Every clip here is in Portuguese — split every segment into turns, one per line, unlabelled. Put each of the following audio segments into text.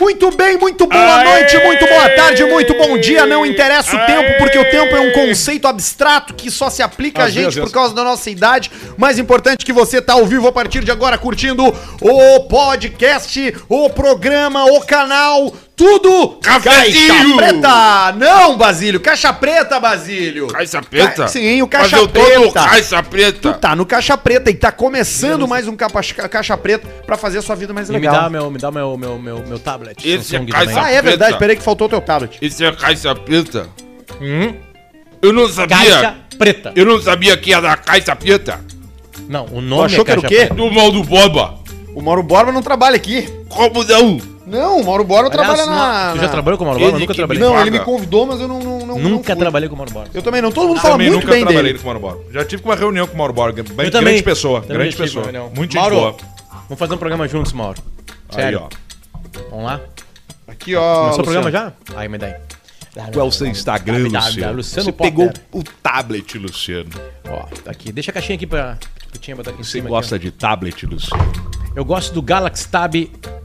Muito bem, muito boa
Aê!
noite, muito boa tarde, muito bom dia. Não interessa o
Aê!
tempo, porque o tempo é um conceito abstrato que só se aplica a
Às
gente
vezes.
por causa da nossa idade. Mais importante que você tá ao vivo a partir de agora curtindo o podcast, o programa, o canal, tudo
Cafezinho!
Caixa Preta. Não, Basílio, Caixa Preta, Basílio.
Caixa preta?
Ca- Sim, o
Mas
Caixa
eu tô
Preta.
no caixa preta.
Tu tá no Caixa Preta e tá começando mais um capa- Caixa Preta pra fazer a sua vida mais
E me dá,
legal.
meu, me dá meu, meu, meu, meu tablet.
Esse
Samsung
é caixa-
também.
Ah, é verdade,
Preta.
peraí que faltou o teu tablet.
Isso é caixa preta? Eu não sabia.
Hum? Caixa preta.
Eu não sabia que era caixa preta.
Não, o
Tu
nome é
achou que era o quê?
Do mal do boba.
O Mauro Borba não trabalha aqui.
Como não?
Não, o Mauro Borba trabalha na.
Tu já
na-
trabalhou com o Mauro Borba? Eu Nunca
Ele que
trabalhei.
Não,
Paga.
ele me convidou, mas eu não. não, não
Nunca
não fui.
trabalhei com o Mauro Borba.
Eu também não. Todo mundo fala
também
muito
nunca
bem
trabalhei
dele.
com o Mauro Borba. Já tive uma reunião com o Mauro Borba. Bem, Grande pessoa,
Também
grande
já tive,
pessoa.
Mauro.
Muito gente
Mauro,
boa.
Vamos fazer um programa juntos, Mauro.
Aí,
Sério.
ó.
Vamos lá?
Aqui, ó.
Começou o
Luciano.
programa já? Aí, me dá aí.
Qual é o seu Instagram, Luciano?
Luciano
Você
Potter.
pegou o tablet, Luciano.
Ó, tá aqui. Deixa a caixinha aqui pra... pra Tinha botar aqui em
Você
cima.
gosta de tablet, Luciano?
aqui, ó. Eu gosto do Galaxy Tab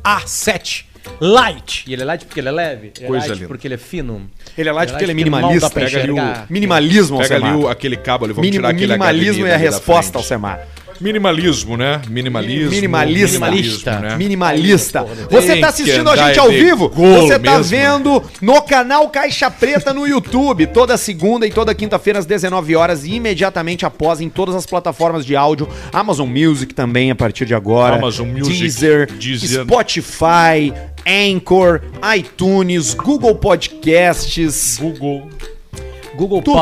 A7 Lite. E ele é light porque ele é leve. Ele
Coisa
é light
linda.
porque ele é fino.
Ele é light porque ele é
mal dá
minimalista.
pra
Pega ali
enxergar.
o minimalismo,
Pega ali o-
Alcemar.
aquele cabo ali, vamos
Minim-
tirar aquele
Minimalismo é
HDMI
a
dali da
resposta,
frente.
Alcemar.
Minimalismo, né? Minimalismo.
Minimalista.
minimalismo, né?
Minimalista. Você
Tem
tá assistindo
que
a
andar
gente
e
ao
ter
vivo?
gol
Você tá
mesmo.
vendo no canal Caixa Preta no YouTube, toda segunda e toda quinta-feira às 19 horas e imediatamente após em todas as plataformas de áudio, Amazon Music também a partir de agora,
Amazon Music,
Deezer,
Deezer.
Spotify, Anchor, iTunes, Google Podcasts,
Google,
Google
Tudo. É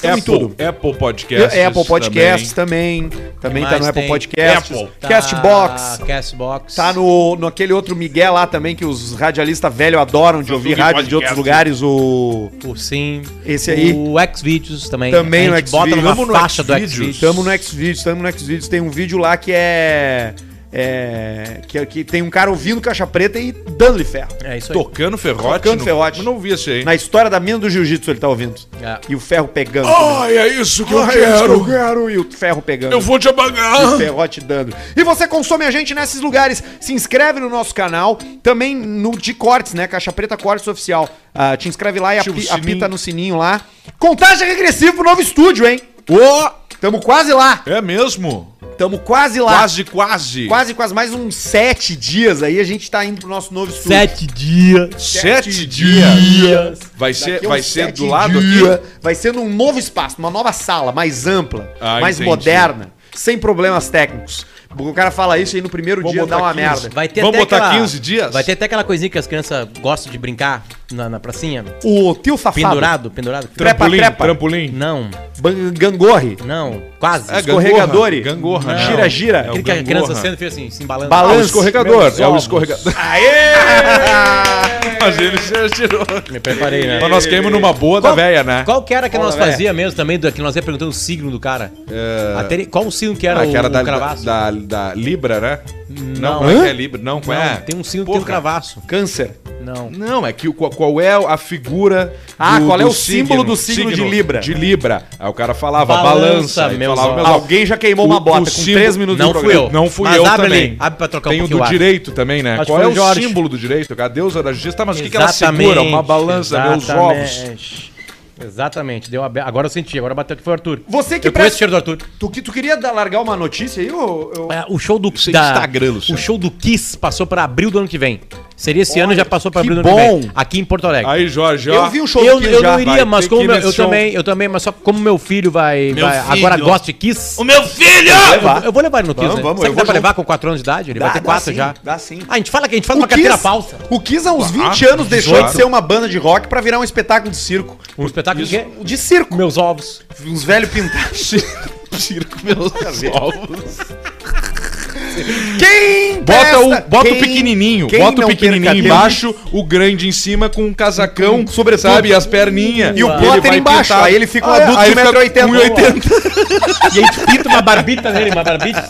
Tamo Tá em
Apple,
tudo. É,
Apple Podcasts.
Apple Podcasts também, também,
Que
tá no
mais
Apple
tem?
Podcasts,
Apple.
Tá,
Castbox,
Castbox.
Tá no, no aquele outro Miguel lá também, que os radialistas velhos adoram de
Samsung
ouvir rádio de
Podcast.
outros lugares, o.
O Sim.
Esse aí.
O Xvideos também.
Também
A
no
gente bota
Xvideos.
numa
Tamo no
faixa do
Xvideos.
Xvideos.
Tamo no Xvideos, tamo no Xvideos. Tem um vídeo lá que é. é que, que tem um cara ouvindo caixa preta e dando-lhe ferro.
É isso aí.
Tocando Ferrote.
Tocando
no-
Ferrote.
Eu não vi esse aí.
Na história da mina do jiu-jitsu ele tá ouvindo.
É.
E o ferro pegando.
Ai, é isso que eu
Ai, eu
quero.
quero! E o ferro pegando.
Eu vou te apagar.
Ferrote dando. E você consome a gente nesses lugares. Se inscreve no nosso canal, também no de cortes, né? Caixa Preta Cortes Oficial. Ah, te inscreve lá e
Ativa o
api-
sininho.
apita no sininho lá. Contagem regressiva pro novo estúdio, hein?
Ô,
Tamo quase lá.
é mesmo?
Tamo quase lá. Quase,
Quase, quase.
quase, mais uns sete dias aí a gente tá indo pro nosso novo estúdio.
Sete dias.
Sete,
Sete
dias.
dias.
Vai
Daqui
ser,
a uns
vai ser
sete
do lado
dia,
aqui.
Vai ser num novo espaço, numa nova sala, mais ampla,
Ah,
mais
entendi.
moderna, sem problemas técnicos. O cara fala isso e no primeiro
Vamos
dia dá
botar
uma
15.
merda.
Vai ter
Vamos
até
botar
aquela-
15 dias?
Vai ter até aquela coisinha que as crianças gostam de brincar na, na pracinha.
O tio safado.
Pendurado, pendurado.
Trepa,
Trampolim,
trepa.
trampolim.
Não,
Ban- Gangorre.
não, quase.
É,
Escorregadores.
gangorra,
Não.
né?
Gira, gira.
É o
Aquele que a
gangorra.
criança sendo fica assim, se embalando.
Bala-
Ah, o
Lance,
escorregador.
meus
É o
ovos.
escorregador.
Aê!
Mas ele já tirou.
Me preparei, né?
Mas nós caímos numa boa da
Qual-
véia, né? É.
Qual que era que
Bola
nós
velha.
fazia mesmo também, do, que nós ia perguntando o signo do cara? Até ele- qual o signo que era
Ah,
o,
que era
o
da,
cravaço? Hum,
da, da Libra, né? Não,
Não.
não é que é Libra. Não,
não,
qual é?
tem um signo que tem um
Porra.
cravaço.
Câncer.
Não.
Não, é que o- qual, qual é a figura.
Ah, qual é o símbolo do signo de Libra?
De Libra. Aí o cara falava
Balança,
balança. aí
meus
falava,
olhos.
olhos.
Alguém já queimou uma
O-
bota
o
com
símbolo-
três minutos
Não
de
fui eu.
Não fui
Mas
eu
abre
também.
ali, abre pra trocar um
Tem o
pouquinho
do
o ar.
direito também, né?
Acho
Qual
que
é
foi o
o
Jorge.
símbolo do direito? A deusa da justiça. Tá, mas o que, que ela segura? Uma balança, meus ovos.
Exatamente. Exatamente. Deu uma be- Agora eu senti, agora bateu que foi o Arthur.
Você que
eu conheço
presta-
o cheiro do Arthur.
Tu, que- tu queria dar- largar uma notícia aí, ô? ô-
É, o show do
Isso é Instagram,
o
Luciano.
show do Kiss passou pra abril do ano que vem. Seria esse ano, já passou pra
que
abril do ano que
bom.
vem. Aqui em Porto Alegre.
Aí, Jorge,
Eu
ó.
vi o um show
eu
do Kiss
eu
já.
não iria,
Vai,
mas
tem
como
que ir
meu-
nesse
eu
show.
também, eu também, mas só como meu filho vai,
Meu
vai-
filho.
agora gosta de Kiss.
O meu filho!
Eu vou- Eu vou levar ele no Kiss,
Vamos,
né?
vamos,
Será
eu
que dá
vou
pra levar com 4 anos de idade? Ele
Dá-
vai ter
dá
4
sim,
já.
dá sim.
Ah, a gente fala que a gente faz
O
uma carteira
Kiss-
falsa.
O Kiss há uns 20
Ah,
anos deixou de
claro.
ser uma banda de rock pra virar um espetáculo de circo.
Um espetáculo de quê?
De circo.
Meus ovos.
Uns velhos pintados.
Circo, meus ovos.
Quem
Bota
presta-
o, bota
quem-
o pequenininho,
quem
bota o
não
pequenininho
perca tempo-
embaixo, o grande em cima com um casacão,
Com sobretudo.
sabe, e as perninhas.
E o
Ele
Potter
vai
embaixo,
pintar.
aí ele fica um
Ah, é,
adulto
aí
de
fica
1,80.
1,80.
E aí tu pinta uma barbita nele, uma barbita.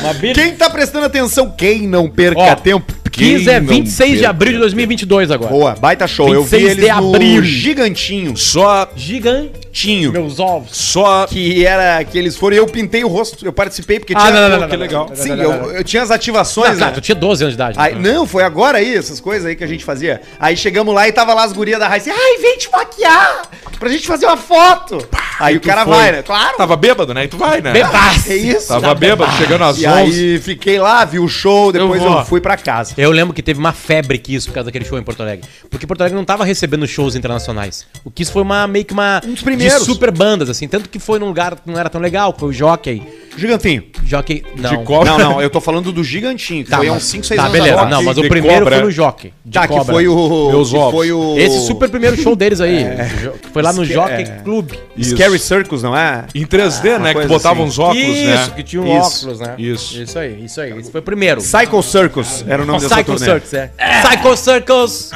Uma barbita.
Quem tá prestando atenção, quem não perca
Ó,
tempo,
Quem
15 é
não
26 de
perca?
abril de 2022 agora.
Boa, baita show. Eu vi
26
eles
de abril.
no Gigantinho.
Só,
Gigantinho.
Tinho.
Meus ovos.
só.
Que era que eles foram. e Eu pintei o rosto. Eu participei porque
Ah,
tinha.
não, não,
Pô,
não,
que
não,
legal.
não,
Sim,
não, não, não,
eu, eu tinha as ativações.
Não,
né?
cara, tu tinha 12 anos de idade.
Aí,
né?
não, foi agora aí, essas coisas aí que a gente fazia. Aí chegamos lá e tava lá as gurias da raiz. Ai, vem te maquiar! Pra gente fazer uma foto! aí o cara
foi.
vai, né? Claro!
Tava bêbado, né? E tu vai, né?
Bebaço.
É isso.
Tava bêbado, chegando às
E
11.
aí fiquei lá, vi o show, depois
vou.
eu, fui pra casa.
Eu lembro que teve uma febre que isso por causa daquele show em Porto Alegre. Porque Porto Alegre não tava recebendo shows internacionais. O que isso foi uma meio que uma
Um dos primeiros.
de super bandas assim, tanto que foi num lugar que não era tão legal, que foi o Jockey.
Gigantinho.
Jockey não.
De cobra.
Não, não, eu tô falando do Gigantinho, que foi há uns 5, 6
tá,
anos
beleza.
atrás.
Não, mas o
De
primeiro
cobra.
foi no Jockey. de
Tá, que
cobra.
foi o.
Meus
que
ovos.
foi o.
Esse super primeiro show deles aí. que Foi lá no
Esque-
Jockey
é.
Club.
Scary Circus, não é?
Em 3D, né? Que
coisa
botava
assim.
uns óculos,
isso,
né?
que tinha um
Isso,
óculos, né?
isso.
Isso aí, isso aí. Esse foi o primeiro.
Psycho Circus era o nome dessa
Psycho
turnê.
Oh, Circus, é. Psycho Circus!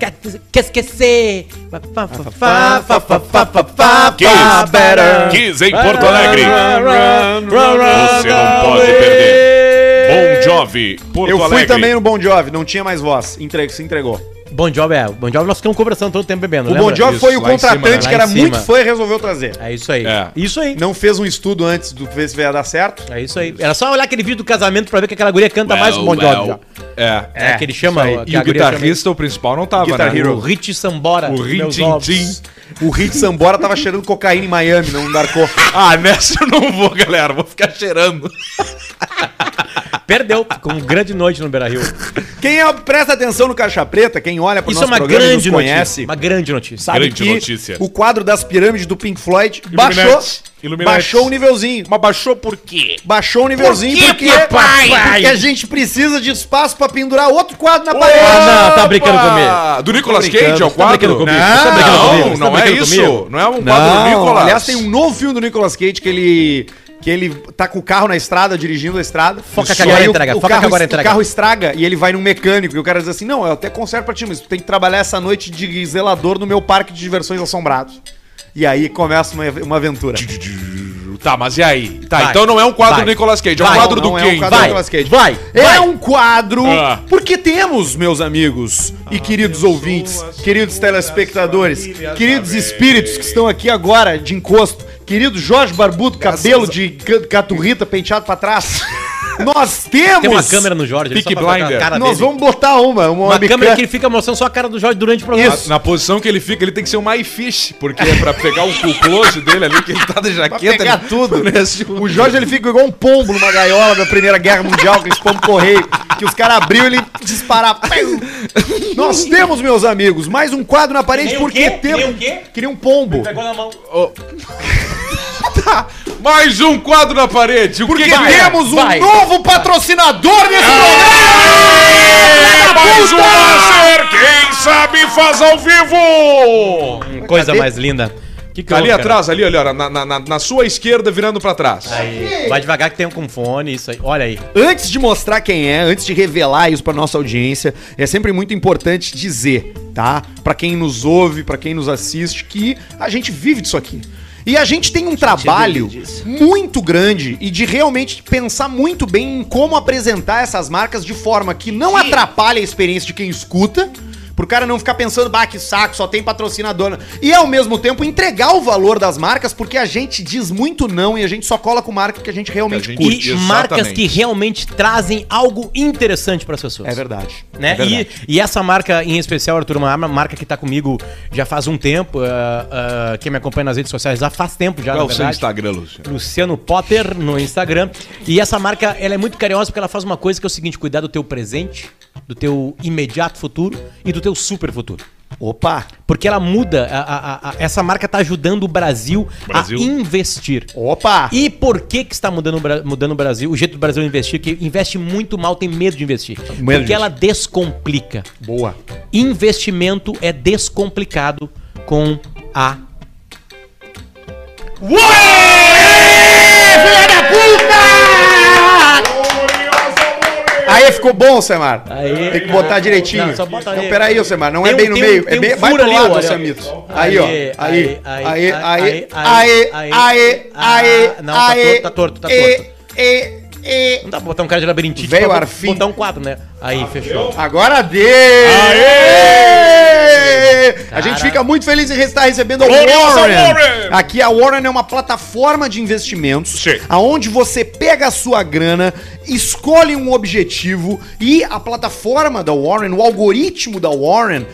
Quer, quer esquecer? Fa, fa, fa, fa, fa, fa, fa, fa,
tá
fa, better.
Kiss em Porto Alegre.
Ah.
Você não pode perder. Bom Jovi, Porto
Eu fui
Alegre.
também no Bon Jovi, não tinha mais voz. Entre- se entregou.
Bon Jovi é. o Bon Jovi nós ficamos conversando todo tempo bebendo,
O
lembra?
Bon Jovi
Isso,
foi o
lá em cima,
contratante
né?
que era
Lá em
muito
cima.
fã e resolveu trazer.
É isso aí.
É.
Isso aí.
Não fez um estudo antes do ver se ia dar certo.
É isso aí. Era só olhar aquele vídeo do casamento pra ver que aquela guria canta mais que o Bon Jovi. já.
É.
É, que ele chama.
isso aí.
que
E
a
o
guria chama
guitarrista, o principal, não tava,
Guitar
né?
ele-
Hero.
O Rich Sambora.
O Rin
meus
Tin
ovos.
Tin.
O Hit Sambora tava cheirando cocaína em Miami, não embarcou.
Ah, nessa eu não vou, galera. Vou ficar cheirando.
Perdeu. Ficou uma grande noite no Beira Rio.
Quem é- presta atenção no Caixa Preta, quem olha pro
Isso é
nosso
uma
programa e
grande
nos
notícia.
conhece,
Uma grande notícia.
sabe
Grande
que
notícia.
o quadro das pirâmides do Pink Floyd baixou,
Illuminati.
baixou o nívelzinho.
Mas baixou por quê?
Baixou o nívelzinho
Por quê,
porque,
papai?
porque a gente precisa de espaço pra pendurar outro quadro na
Ah,
parede.
não, tá brincando
comigo. Do Nicolas Cage, é o
tá
quadro?
brincando comigo,
tá brincando
Não,
comigo,
não,
tá
é
brincando
isso.
comigo.
Não é um quadro do
Não,
Nicolas.
aliás, tem um novo filme do Nicolas Cage que ele que ele tá com o carro na estrada, dirigindo a estrada.
Foca
E
que agora
aí o-
entrega,
o
foca que
carro,
agora
es-
entrega.
O carro estraga e ele vai num mecânico e o cara diz assim: "Não, eu até conserto pra ti, mas tu tem que trabalhar essa noite de zelador no meu parque de diversões assombrados". E aí começa uma, uma aventura.
Tá, mas e aí? Tá,
Vai.
então não é um quadro
Vai.
do Nicolas Cage, é um
Vai.
quadro
Não,
do
não é um
Cage.
quadro do
Vai,
Nicolas Cage.
vai,
É
vai.
um quadro,
Ah.
porque temos, meus amigos e queridos ouvintes, queridos telespectadores, queridos espíritos que estão aqui agora de encosto, querido Jorge Barbudo, cabelo de ca- caturrita penteado pra trás. Nós temos.
Tem uma câmera no Jorge.
Peaky
só pra botar a
Blinder.
cara
Nós
dele.
vamos botar uma, uma,
Uma
webcam.
câmera que ele fica mostrando só a cara do Jorge durante o programa.
Na posição que ele fica, ele tem que ser um my fish, porque é pra pegar o, o close dele ali, que ele tá de
Pra
jaqueta.
pegar
ele-
tudo.
Parece um-
O Jorge ele fica igual um pombo numa gaiola da Primeira Guerra Mundial, aqueles pombo correio, que os caras abriu e ele disparava. Pum! Nós temos, meus amigos, mais um quadro na parede
Nem o
porque
quê?
temos.
Nem o quê?
Queria um pombo.
Pegou na mão.
Mais um quadro na parede. O
Porque
que que é?
temos um
vai. Ah,
novo patrocinador nesse programa!
Mais um laser, quem sabe faz ao vivo.
Coisa
Cadê?
mais linda. Que que
Ali
eu-
atrás, ali, ali, ó, na, na- na- na sua esquerda, virando pra trás.
Aí. Vai devagar que tem um com fone, isso aí. Olha aí.
Antes de mostrar quem é, antes de revelar isso pra nossa audiência, é sempre muito importante dizer, tá? Pra quem nos ouve, pra quem nos assiste, que a gente vive disso aqui. E a gente tem um trabalho muito grande e de realmente pensar muito bem em como apresentar essas marcas de forma que não atrapalhe a experiência de quem escuta, pro cara não ficar pensando, bah, que saco, só tem patrocinador. E ao mesmo tempo entregar o valor das marcas, porque a gente diz muito não e a gente só cola com marca que a gente realmente
gente-
curte.
Curte,
E
exatamente.
marcas que realmente trazem algo interessante para as pessoas.
É verdade.
Né?
É verdade.
e, e essa marca em especial, Arthur, uma uma marca que tá comigo já faz um tempo. ah, ah, quem me acompanha nas redes sociais já faz tempo já,
Qual é
na
o seu
verdade.
Instagram, Lúcio?
Luciano Potter no Instagram. E essa marca, ela é muito carinhosa porque ela faz uma coisa que é o seguinte, cuidar do teu presente, do teu imediato futuro e do teu super futuro.
Opa!
Porque ela muda, a- a- a- a- essa marca tá ajudando o Brasil,
Brasil.
a investir.
Opa!
E por que que está mudando, o Bra- mudando o Brasil, o jeito do Brasil investir, que investe muito mal, tem medo de investir. porque
disso.
ela descomplica.
Boa.
Investimento é descomplicado com a
Aí ficou bom, Semar.
Aí.
Tem que botar direitinho.
Não, só bota ali.
peraí, ô, Semar. Não é
Tem um-
bem no
tem um-
meio.
tem
é
um
bem, vai
furo
pro
ali, ó,
lado, ô,
olha.
Samito. Aí, ó.
Aí,
Aí, aí,
aí,
aí, aí,
aí, aí, Ah,
aí,
aí. Ah, não, tá torto, tá torto, tá torto.
E, e, E...
Não dá pra botar um cara de labirintite
Veio
pra
Arfim.
botar um quadro, né? Aí, fechou.
Agora deu! A
Cara.
gente fica muito feliz em estar recebendo a
Gloriosa
Warren.
Warren!
Aqui a Warren é uma plataforma de investimentos
Sim.
aonde você pega a sua grana, escolhe um objetivo e a plataforma da Warren, o algoritmo da Warren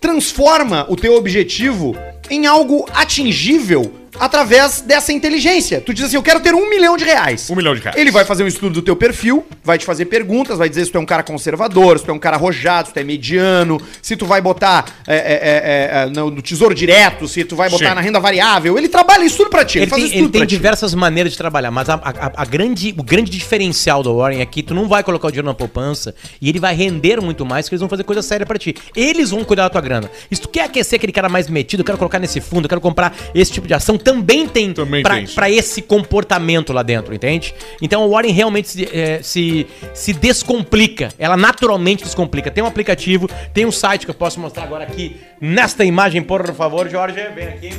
transforma o teu objetivo em algo atingível através dessa inteligência. Tu diz assim, eu quero ter um milhão de reais.
Um milhão de reais.
Ele vai fazer um estudo do teu perfil, vai te fazer perguntas, vai dizer se tu é um cara conservador, se tu é um cara arrojado, se tu é mediano, se tu vai botar é, é, é, é, no, no tesouro direto, se tu vai botar
Sim.
na renda variável. Ele trabalha isso tudo pra ti, ele,
Ele
faz
tem,
isso
ele
tudo
tem
pra ti.
diversas maneiras de trabalhar, mas a, a- a grande, o grande diferencial do Warren é que tu não vai colocar o dinheiro na poupança e ele vai render muito mais, porque eles vão fazer coisa séria pra ti. Eles vão cuidar da tua grana. E se tu quer aquecer aquele cara mais metido, eu quero colocar nesse fundo, eu quero comprar esse tipo de ação, também tem
Também
pra,
tem isso.
pra esse comportamento lá dentro, entende? Então o Warren realmente se, eh, se, se descomplica, ela naturalmente descomplica. Tem um aplicativo, tem um site que eu posso mostrar agora aqui, nesta imagem, por favor, Jorge, vem aqui.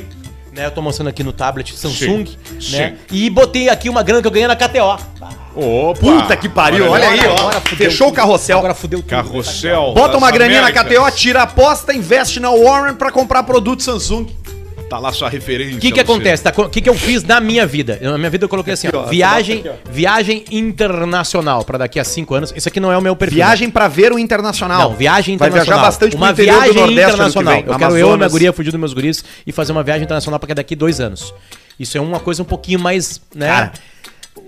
Né, eu tô mostrando aqui no tablet Samsung,
Sim,
né?
sim.
E botei aqui uma grana que eu ganhei na KTO.
Opa!
Puta que pariu, olha aí, ó. Fechou o carrossel.
Agora fudeu tudo.
Carrossel.
Bota uma
das
graninha na
Américas.
KTO, tira a aposta, investe na Warren pra comprar produto Samsung.
Tá lá sua referência.
O que, que
Então,
acontece? tá? O que, que eu fiz na minha vida? Eu- Na minha vida eu coloquei assim, ó, viagem, viagem internacional pra daqui a cinco anos. Isso aqui não é o meu perfil.
Viagem pra ver o internacional.
Não, viagem
Vai
internacional.
viajar bastante
uma
pro interior
viagem
do Nordeste ano que
internacional.
vem,
eu quero eu e minha
Amazonas.
guria fugir dos meus guris e fazer uma viagem internacional para daqui dois anos. Isso é uma coisa um pouquinho mais, né?
Cara.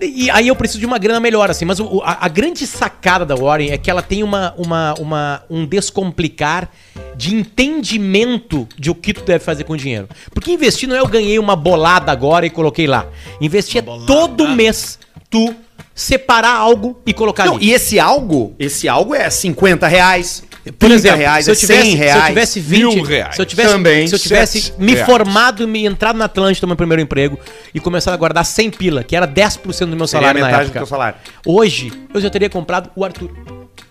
E aí eu preciso de uma grana melhor, assim. Mas o- o- a, a grande sacada da Warren é que ela tem uma, uma, uma- um descomplicar de entendimento de o que tu deve fazer com o dinheiro. Porque investir não é eu ganhei uma bolada agora e coloquei lá. Investir é todo mês tu separar algo e colocar
Não, e esse algo, esse algo é 50 reais, 30
por exemplo,
reais,
se, eu
é
tivesse,
100
se eu
reais.
tivesse 20,
Mil reais.
se eu tivesse,
Também,
se eu tivesse
sete
me
reais.
formado e me entrado na Atlântica no meu primeiro emprego e começado a guardar 100 pila, que era 10% do meu salário na
metade do
época.
teu salário.
Hoje, eu já teria comprado o Arthur.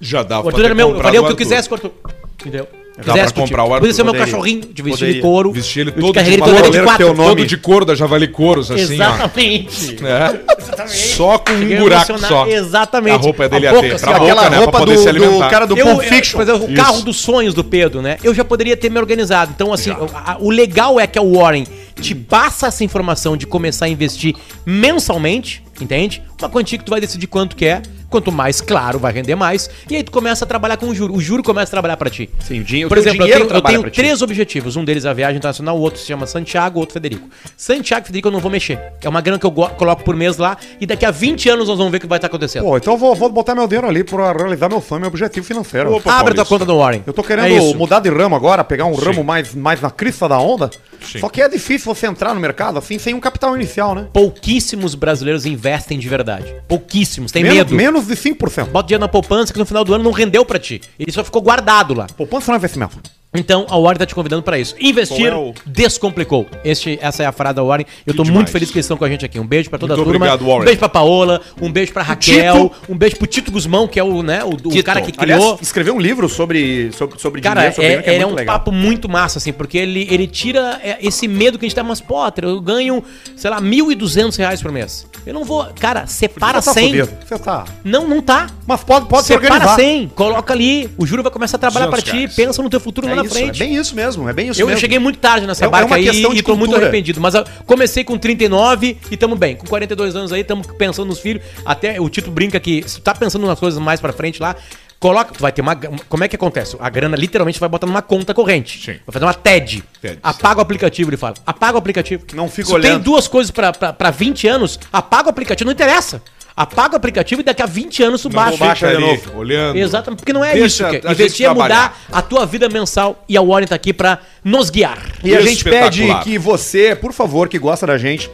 Já dá
O Arthur era meu, eu faria o que eu
quisesse.
quisesse com o Arthur. Entendeu?
pra comprar o Arthur.
Podia ser meu
Poderia.
cachorrinho, de vestir de
Poderia.
couro.
Vestir ele
eu
todo de
carreira
valor,
toda de
ler o
quatro.
teu nome.
Todo de cor da Javali Couros, assim, ó.
Exatamente.
É. Só com um
Cheguei a
buraco
emocionar.
só.
Exatamente.
A roupa dele
A
ia
boca,
ter.
assim,
Pra
ó,
boca,
Aquela
né? Pra
roupa
poder
do,
se
do
alimentar.
cara do
eu,
Pulp
eu-
Fiction.
mas eu- o
Isso.
carro dos sonhos do Pedro, né? Eu já poderia ter me organizado. Então, assim, o, a- o legal é que a Warren te passa essa informação de começar a investir mensalmente, entende? Uma quantia que tu vai decidir quanto que é. Quanto mais, claro, vai render mais. E aí tu começa a trabalhar com o juro. O juro começa a trabalhar pra ti.
Sim, o dinhe- o
Por
teu
exemplo, eu
dinheiro
tenho, eu
trabalha
tenho
pra ti.
três objetivos. Um deles é a viagem internacional, o outro se chama Santiago, o outro Federico. Santiago e Federico eu não vou mexer. É uma grana que eu go- coloco por mês lá e daqui a 20 anos nós vamos ver o que vai estar acontecendo.
Pô, então eu vou, vou botar meu dinheiro ali pra realizar meu sonho, meu objetivo financeiro.
Opa.
Abre a
Paulista.
tua conta do Warren.
Eu tô querendo
É isso.
mudar de ramo agora, pegar um ramo mais, mais na crista da onda.
Sim.
Só que é difícil você entrar no mercado assim sem um capital inicial, né?
pouquíssimos brasileiros investem de verdade. Pouquíssimos, tem
menos,
medo.
menos de 5%.
Bota dinheiro na poupança que no final do ano não rendeu pra ti. Ele só ficou guardado lá.
Poupança não é investimento.
Então a Warren tá te convidando pra isso. Investir
Qual é o-
descomplicou. Este, essa é a frase da Warren. Eu tô
demais.
muito feliz que eles estão com a gente aqui. Um beijo pra toda
Muito
a turma.
obrigado, Warren.
Um beijo pra Paola, um beijo pra Raquel, um beijo pro Tito Guzmão, que é o, né, o, o cara que criou.
Aliás, escreveu um livro sobre, sobre, sobre
Cara, é,
sobre que
é um
muito legal.
papo muito massa, assim, porque ele, ele tira é, esse medo que a gente tá, mas, Potter, eu ganho, sei lá, 1.200 reais por mês. Eu não vou, cara, separa 100.
Você tá.
Não, não tá.
Mas pode, pode se
Separa
organizar.
100, coloca ali, o juro vai começar a trabalhar pra
Duzentos
ti,
reais.
pensa no teu futuro
É
lá na
isso,
frente.
É bem isso mesmo, é bem isso
eu
mesmo.
cheguei muito tarde nessa
É- é
barca
uma
aí
questão de
e tô muito
cultura.
arrependido, mas ah, comecei com 39 e tamo bem. Com 42 anos aí, tamo pensando nos filhos. Até o Tito brinca que se tu tá pensando nas coisas mais pra frente lá, coloca, tu vai ter uma, gra- como é que acontece? A grana literalmente vai botar numa conta corrente.
Sim.
Vai fazer uma TED.
TED.
Apaga o aplicativo, ele fala. Apaga o aplicativo.
Não fica
Se tu tem
olhando.
duas coisas pra, pra, pra 20 anos, apaga o aplicativo, não interessa. Apaga o aplicativo e daqui a 20 anos tu baixa.
Baixa
de
ali,
novo.
Olhando.
Exatamente, porque não é
Deixa
isso.
a
Que
gente
investir é
trabalhar.
mudar a tua vida mensal e a Warren tá aqui pra nos guiar.
é
E a gente pede
Espetacular.
que você, por favor, que gosta da gente,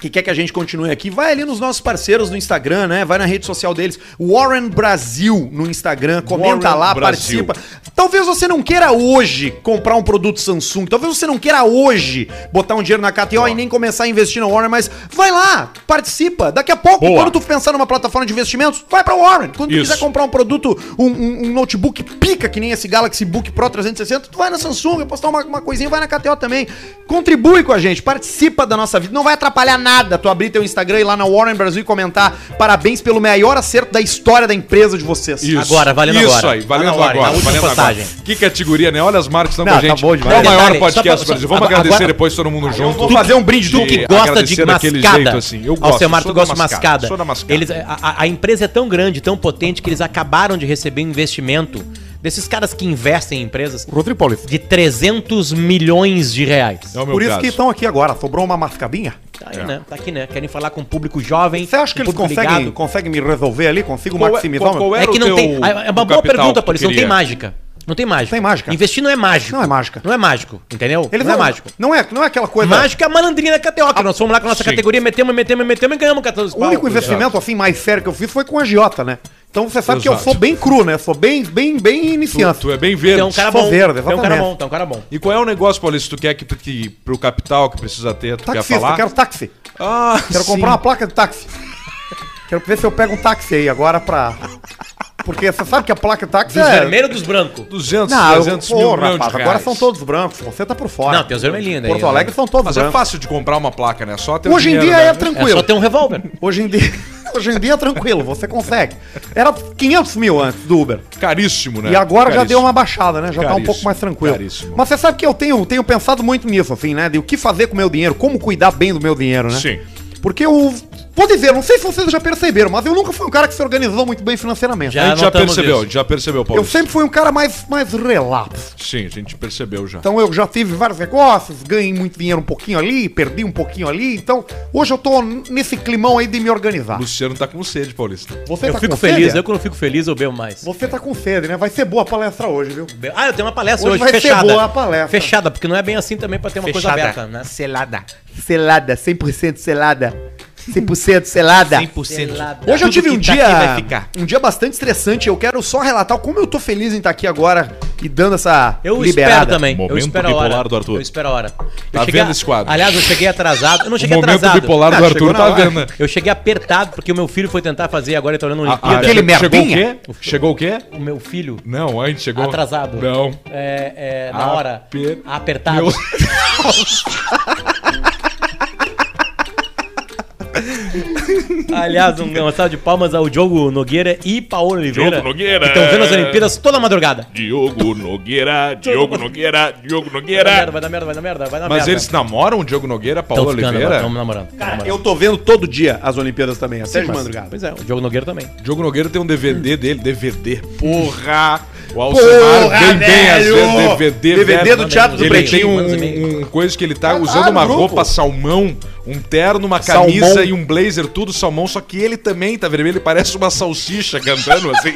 que quer que a gente continue aqui, vai ali nos nossos parceiros no Instagram, né? Vai na rede social deles, Warren Brasil no Instagram, comenta
Warren
lá,
Brasil.
participa. Talvez você não queira hoje comprar um produto Samsung, talvez você não queira hoje botar um dinheiro na KTO e nem começar a investir na Warren, mas vai lá, participa. Daqui a pouco,
Boa.
quando tu pensar numa plataforma de investimentos, vai pra Warren. Quando tu
Isso.
quiser comprar um produto, um, um- um notebook pica, que nem esse Galaxy Book Pro 360, tu vai na Samsung, postar uma, uma coisinha, vai na KTO também. Contribui com a gente, participa da nossa vida, não vai atrapalhar
nada tu abrir teu Instagram e ir lá na Warren Brasil e comentar parabéns pelo maior acerto da história da empresa de vocês.
Isso.
Agora, valendo
Isso
agora.
aí, valendo
Tá na hora,
agora.
na última
valendo agora.
postagem.
Que categoria, né? Olha as marcas que estão
Não,
com a
tá
gente.
bom demais.
É o maior
Detalhe,
podcast
só
do
pra-
Brasil.
só-
Vamos
agora-
agradecer
agora-
depois todo mundo junto.
vou fazer um brinde
Tu
do
que
E
gosta de
agradecer daquele
mascada.
jeito, assim. Eu
Ao
gosto,
seu Marto
sou da
gosta de
mascada,
mascada.
sou da mascada.
Eles, a- a, a empresa é tão grande, tão potente, que eles acabaram de receber um investimento desses caras que investem em empresas
Rodrigo Paulista.
de 300 milhões de reais.
É o meu
Por isso
caso.
que estão aqui agora. Sobrou uma mascabinha?
Tá aí, né? Tá aqui, né? Querem falar com o público jovem.
Você acha que
com o
eles
público
conseguem,
ligado.
conseguem me resolver ali? Consigo
Qual é-
maximizar
qual-
o
qual
meu...
é
É que
o
não
teu-
tem. É uma
o
boa
capital
pergunta,
que
Paulista. Não tem
queria?
mágica. Não tem mágica.
Tem mágica.
Investir não é mágico.
Não é mágica.
Não é mágico, entendeu?
Eles
não, é mágico.
Não é, não é aquela coisa...
Mágico é a malandrinha da KTO, que nós fomos lá com a nossa
Sim.
categoria, metemos, metemos, metemos e ganhamos 14
O único
pau.
investimento assim mais sério que eu fiz foi com a Giota, né? Então você sabe que eu
Exato.
sou bem cru, né? Sou bem, bem, bem
Tu,
iniciante.
tu é bem verde.
Tem um cara
Sou
bom.
verde,
tem um cara
exatamente.
bom, tem um cara bom.
E qual é o negócio, Paulista, que tu quer que, que pro capital que precisa ter, tu quer
Taxista,
falar?
quero táxi.
Ah,
Quero
sim.
comprar uma placa de táxi. Quero ver se eu pego um táxi aí agora pra. Porque você sabe que a placa de táxi
Dos
é.
vermelhos dos brancos.
200,
Não,
300
eu,
mil
pô,
milhões
rapaz,
de reais.
agora são todos brancos. Você tá por fora.
Não, tem os vermelhinhos daí,
Porto Alegre
né?
são todos
Mas é
brancos.
fácil de comprar uma placa, né? Só ter o
Hoje em
dinheiro,
dia é
né?
É
tranquilo.
só ter um revólver.
Hoje em dia. Hoje em dia é tranquilo, você consegue. Era 500 mil antes do Uber.
Caríssimo, né?
E agora já
Caríssimo.
deu uma baixada, né? Já tá um
Caríssimo,
pouco mais tranquilo.
caríssimo.
Mas você sabe que eu tenho, tenho pensado muito nisso, assim, né? De o que fazer com o meu dinheiro, como cuidar bem do meu dinheiro, né?
Sim.
Porque eu. Vou dizer, não sei se vocês já perceberam, mas eu nunca fui um cara que se organizou muito bem financeiramente. né?
Já
A gente já
anotamos
percebeu,
isso.
já percebeu,
Eu
Paulista.
sempre fui um cara mais, mais relapso.
Sim, a gente percebeu já.
Então eu já tive vários negócios, ganhei muito dinheiro um pouquinho ali, perdi um pouquinho ali. Então hoje eu tô nesse climão aí de me organizar.
Luciano tá com sede, Paulista.
Você
eu
tá
fico
com
feliz,
sede?
eu que não fico feliz, eu bebo mais.
Você tá com sede, né? Vai ser boa a palestra hoje, viu?
Ah, eu tenho uma palestra
Hoje
hoje,
vai ser
fechada.
boa a palestra.
Fechada, porque não é bem assim também pra ter uma
Fechada.
coisa aberta, né? Selada.
Selada, 100% selada. 100% selada.
100%.
Hoje eu tive um
que tá
dia,
aqui vai ficar.
um dia bastante estressante. Eu quero só relatar como eu tô feliz em estar aqui agora e dando essa
Eu espero
liberada.
também. eu
Momento
espero a
bipolar
hora.
do Arthur.
Eu espero a hora. Eu
Tá
cheguei
vendo esse quadro?
Aliás, eu cheguei atrasado. Eu não
O
cheguei
momento
atrasado.
bipolar do
Ah, chegou
Arthur
na
tá
hora.
vendo. Ah, né?
Eu cheguei apertado porque o meu filho foi tentar fazer, agora ele tá olhando o
A- a-
Olimpíada.
aquele
chegou o
merdinha?
quê? Chegou o quê?
O meu filho
Não, a gente chegou.
atrasado. Tá.
Não.
É, é, na hora.
Aper-
Apertado.
Meu-
Aliás, um, uma salva de palmas ao Diogo Nogueira e Paulo Oliveira.
Diogo Nogueira.
que Estão vendo as Olimpíadas toda madrugada.
Diogo Nogueira, Diogo Nogueira, Diogo
Vai dar
Nogueira.
merda, vai dar merda, vai dar merda, vai dar merda.
Mas eles namoram o Diogo Nogueira,
estão
Paulo
ficando,
Oliveira?
estão namorando. tão namorando.
Eu tô vendo todo dia as Olimpíadas também, até de madrugada.
Pois é, o Diogo Nogueira também.
Diogo Nogueira tem um
Hum.
DVD dele, DVD. Porra! O Alcimar
Porra,
vem bem às
velho!
vezes, DVD.
DVD
velho.
do Teatro do
ele
Pretinho,
manda os
tem
e-mails.
um, um coisa que ele tá
Ah, tá,
usando uma
no grupo.
roupa salmão, um terno, uma
Salmão.
camisa e um blazer, tudo salmão, só que ele também tá vermelho, ele parece uma salsicha cantando assim.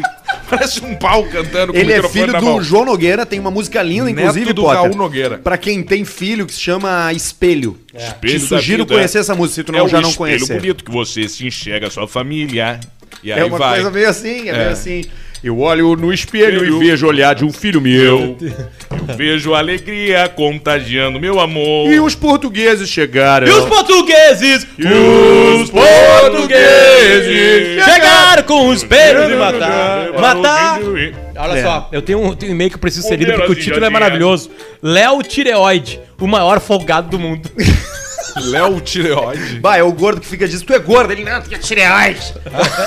parece um pau cantando
Ele é
microfone
filho
na
do
mão.
João Nogueira, tem uma música linda,
Neto
inclusive,
do
Potter,
Raul Nogueira.
Pra quem tem filho, que se chama Espelho. Te
Espelho da
sugiro
vida.
conhecer essa música, se tu
É
não,
um
já não
espelho
conhecer.
bonito que você se enxerga a sua família. E aí
É uma
vai.
coisa meio assim, é, meio assim.
Eu olho no espelho
Espelho.
e vejo o olhar de um filho meu. Eu vejo a alegria contagiando meu amor.
E os portugueses chegaram.
E os portugueses
os portugueses
chegaram com os peiros de matar.
Levaram
Matar.
o filho e-
Olha
É.
só, eu tenho um, tenho um e-mail que eu preciso ser lido
Bombeiro
porque o
assim,
título é
jardim,
maravilhoso. Léo Tireoide, o maior folgado do mundo.
Léo Tireoide.
Bah, é o gordo que fica dizendo, tu é gordo, ele não, fica tireoide.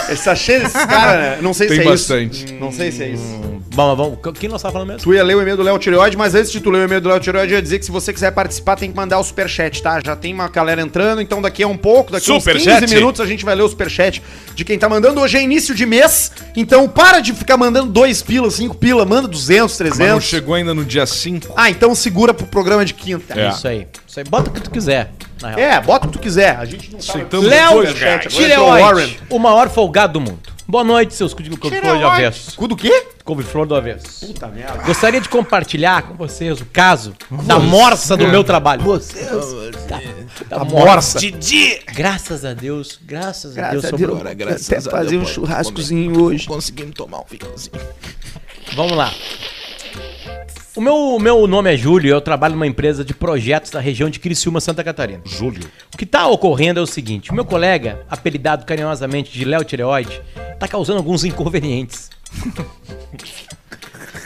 Esse sachê Tá desse cara, né? não sei se
Tem
é
bastante.
isso. Não sei se é isso.
Bom, vamos, o que nós tava falando mesmo?
Tu ia ler o e-mail do Léo Tireoide, mas antes de tu ler o e-mail do Léo Tireoide, eu ia dizer que se você quiser participar, tem que mandar o superchat, tá? Já tem uma galera entrando, então daqui a um pouco, daqui a uns 15
Superchat?
minutos, a gente vai ler o superchat de quem tá mandando. Hoje é início de mês, então para de ficar mandando dois pila, cinco pila, manda 200,
Mas não
300.
chegou ainda no dia Ah, 5.
Ah, então segura pro programa de quinta.
É.
Isso aí. Isso aí, bota o que tu quiser, na real.
É, bota o que tu quiser. A gente não tá sabe.
Aceitamos
Léo
dois, cara.
Warren.
Tireoide, o maior folgado do mundo. Boa noite, seus cu de couve-flor do avesso.
Cu do quê?
Couve-flor do avesso. Puta merda. Gostaria de compartilhar com vocês o caso da morsa do meu trabalho. Vocês. Da, da morsa.
Didi!
Graças a Deus, graças, a Deus. sobrou.
Agora, graças a Deus. um churrascozinho hoje. Conseguimos tomar um vinhozinho.
Vamos lá. O meu, o meu nome é Júlio, eu trabalho numa empresa de projetos na região de Criciúma, Santa Catarina.
Júlio.
O que está ocorrendo é o seguinte: o meu colega, apelidado tá carinhosamente de Léo Tireoide, está causando alguns inconvenientes.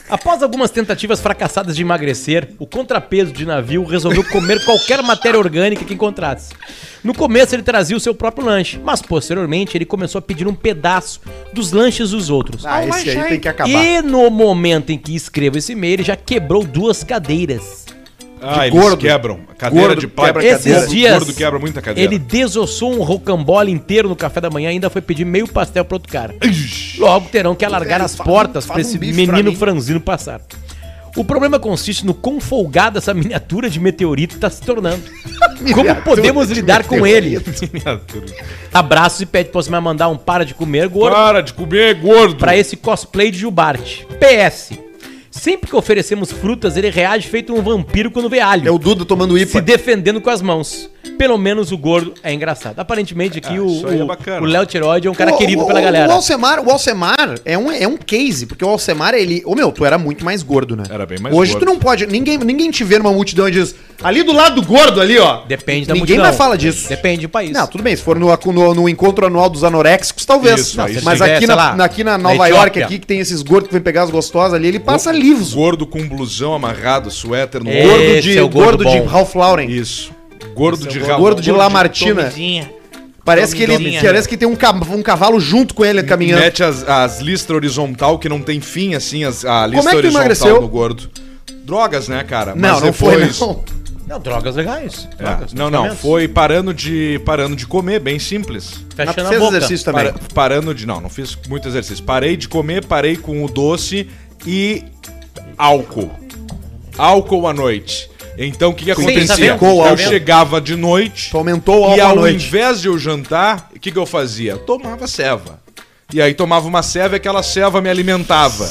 Após algumas tentativas fracassadas de emagrecer, o contrapeso de navio resolveu comer qualquer matéria orgânica que encontrasse. No começo ele trazia o seu próprio lanche, mas posteriormente ele começou a pedir um pedaço dos lanches dos outros.
Ah, esse aí
é-
tem que acabar.
E no momento em que escrevo esse e-mail, ele já quebrou duas cadeiras.
Ah, eles
gordo.
quebram. A Cadeira
Gordo
de pai.
quebra
Gordo-
Esses dias,
gordo quebra muita cadeira.
ele desossou um rocambole inteiro no café da manhã e ainda foi pedir meio pastel pro outro cara. Logo terão que alargar as portas para
faz um
esse
bife pra
menino
mim.
franzino passar. O problema consiste no quão folgada essa miniatura de meteorito está se tornando. Como podemos lidar com ele? Abraços e pede pra você me mandar um para de comer, gordo.
Para de comer, gordo.
Pra esse cosplay de Gilbarte. PS. Sempre que oferecemos frutas, ele reage feito um vampiro quando vê alho.
É o Duda tomando
se
IPA.
defendendo com as mãos. Pelo menos o gordo é engraçado. Aparentemente aqui o,
isso aí é
o-
bacana.
o Léo Tiroide é um cara
O-
querido
o-
pela
o-
galera.
O Alcemar, o Alcemar é, um, é um case, porque o Alcemar, ele. Ô meu, tu era muito mais gordo, né?
Era bem mais
Hoje
gordo.
tu não pode. Ninguém, ninguém te vê numa multidão e diz. Ali do lado do gordo, ali, ó.
Depende da
Ninguém
multidão.
mais fala disso.
Depende do país.
Não, tudo bem, se for no, no- no encontro anual dos anoréxicos, talvez.
Isso, aí
mas
sim.
aqui,
Sei
na,
lá,
na- aqui na
na
Nova
Etiópia.
York, aqui que tem esses gordos que vêm pegar as gostosas ali, ele passa livros.
Gordo com blusão amarrado, suéter no
Esse
gordo. Então
é o gordo
de
bom.
Ralph Lauren.
Isso. Gordo de rabo.
Gordo de Lamartina. Parece que ele
Dominha.
parece que tem um, ca- um cavalo junto com ele caminhando.
Mete as, as listras horizontal que não tem fim, assim, as, a lista
é que tu
horizontal
emagreceu?
do gordo. Drogas, né, cara?
não, não foi, não.
Não, drogas legais.
É,
Drogas,
não, não.
medicamentos.
Foi parando de, parando de comer, bem simples.
Mas tu
Fechando a
fez
boca.
exercício também.
Para- parando de. Não, não fiz muito exercício. Parei de comer, parei com o doce e álcool. Álcool à noite. Então o que, que
tá
acontecia?
vendo? Tá
eu
vendo?
chegava de noite
Tu aumentou o
e
álcool à
ao
noite.
invés de eu jantar, o que, que eu fazia? Tomava ceva. E aí tomava uma ceva e aquela ceva me alimentava.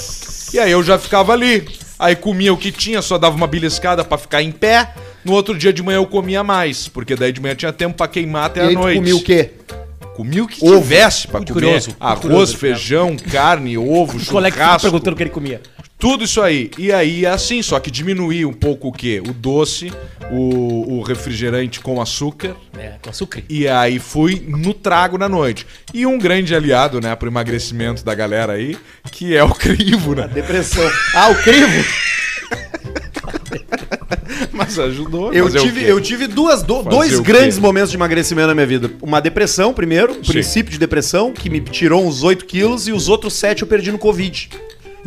E aí eu já ficava ali. Aí comia o que tinha, só dava uma beliscada pra ficar em pé. No outro dia de manhã eu comia mais, porque daí de manhã tinha tempo pra queimar até
E
a
aí tu
noite.
comia o quê?
Comia o que
Ovo.
tivesse pra
Muito
comer.
curioso, muito
Arroz,
curioso,
feijão, carne, ovo,
O colega ficou
churrasco,
perguntando o que ele comia.
tudo isso aí. E aí é assim, só que diminuir um pouco o quê? O doce, o, o refrigerante com açúcar.
É, com açúcar.
E aí fui no trago na noite. E um grande aliado, né, pro emagrecimento da galera aí, que é o crivo, né?
Depressão. Ah, o crivo?
Mas ajudou.
Eu
fazer o
tive,
quê?
eu tive duas, do-
Fazer
dois
o quê?
grandes momentos de emagrecimento na minha vida. Uma depressão, primeiro, um princípio de depressão, que me tirou uns 8 quilos, e os outros 7 eu perdi no Covid.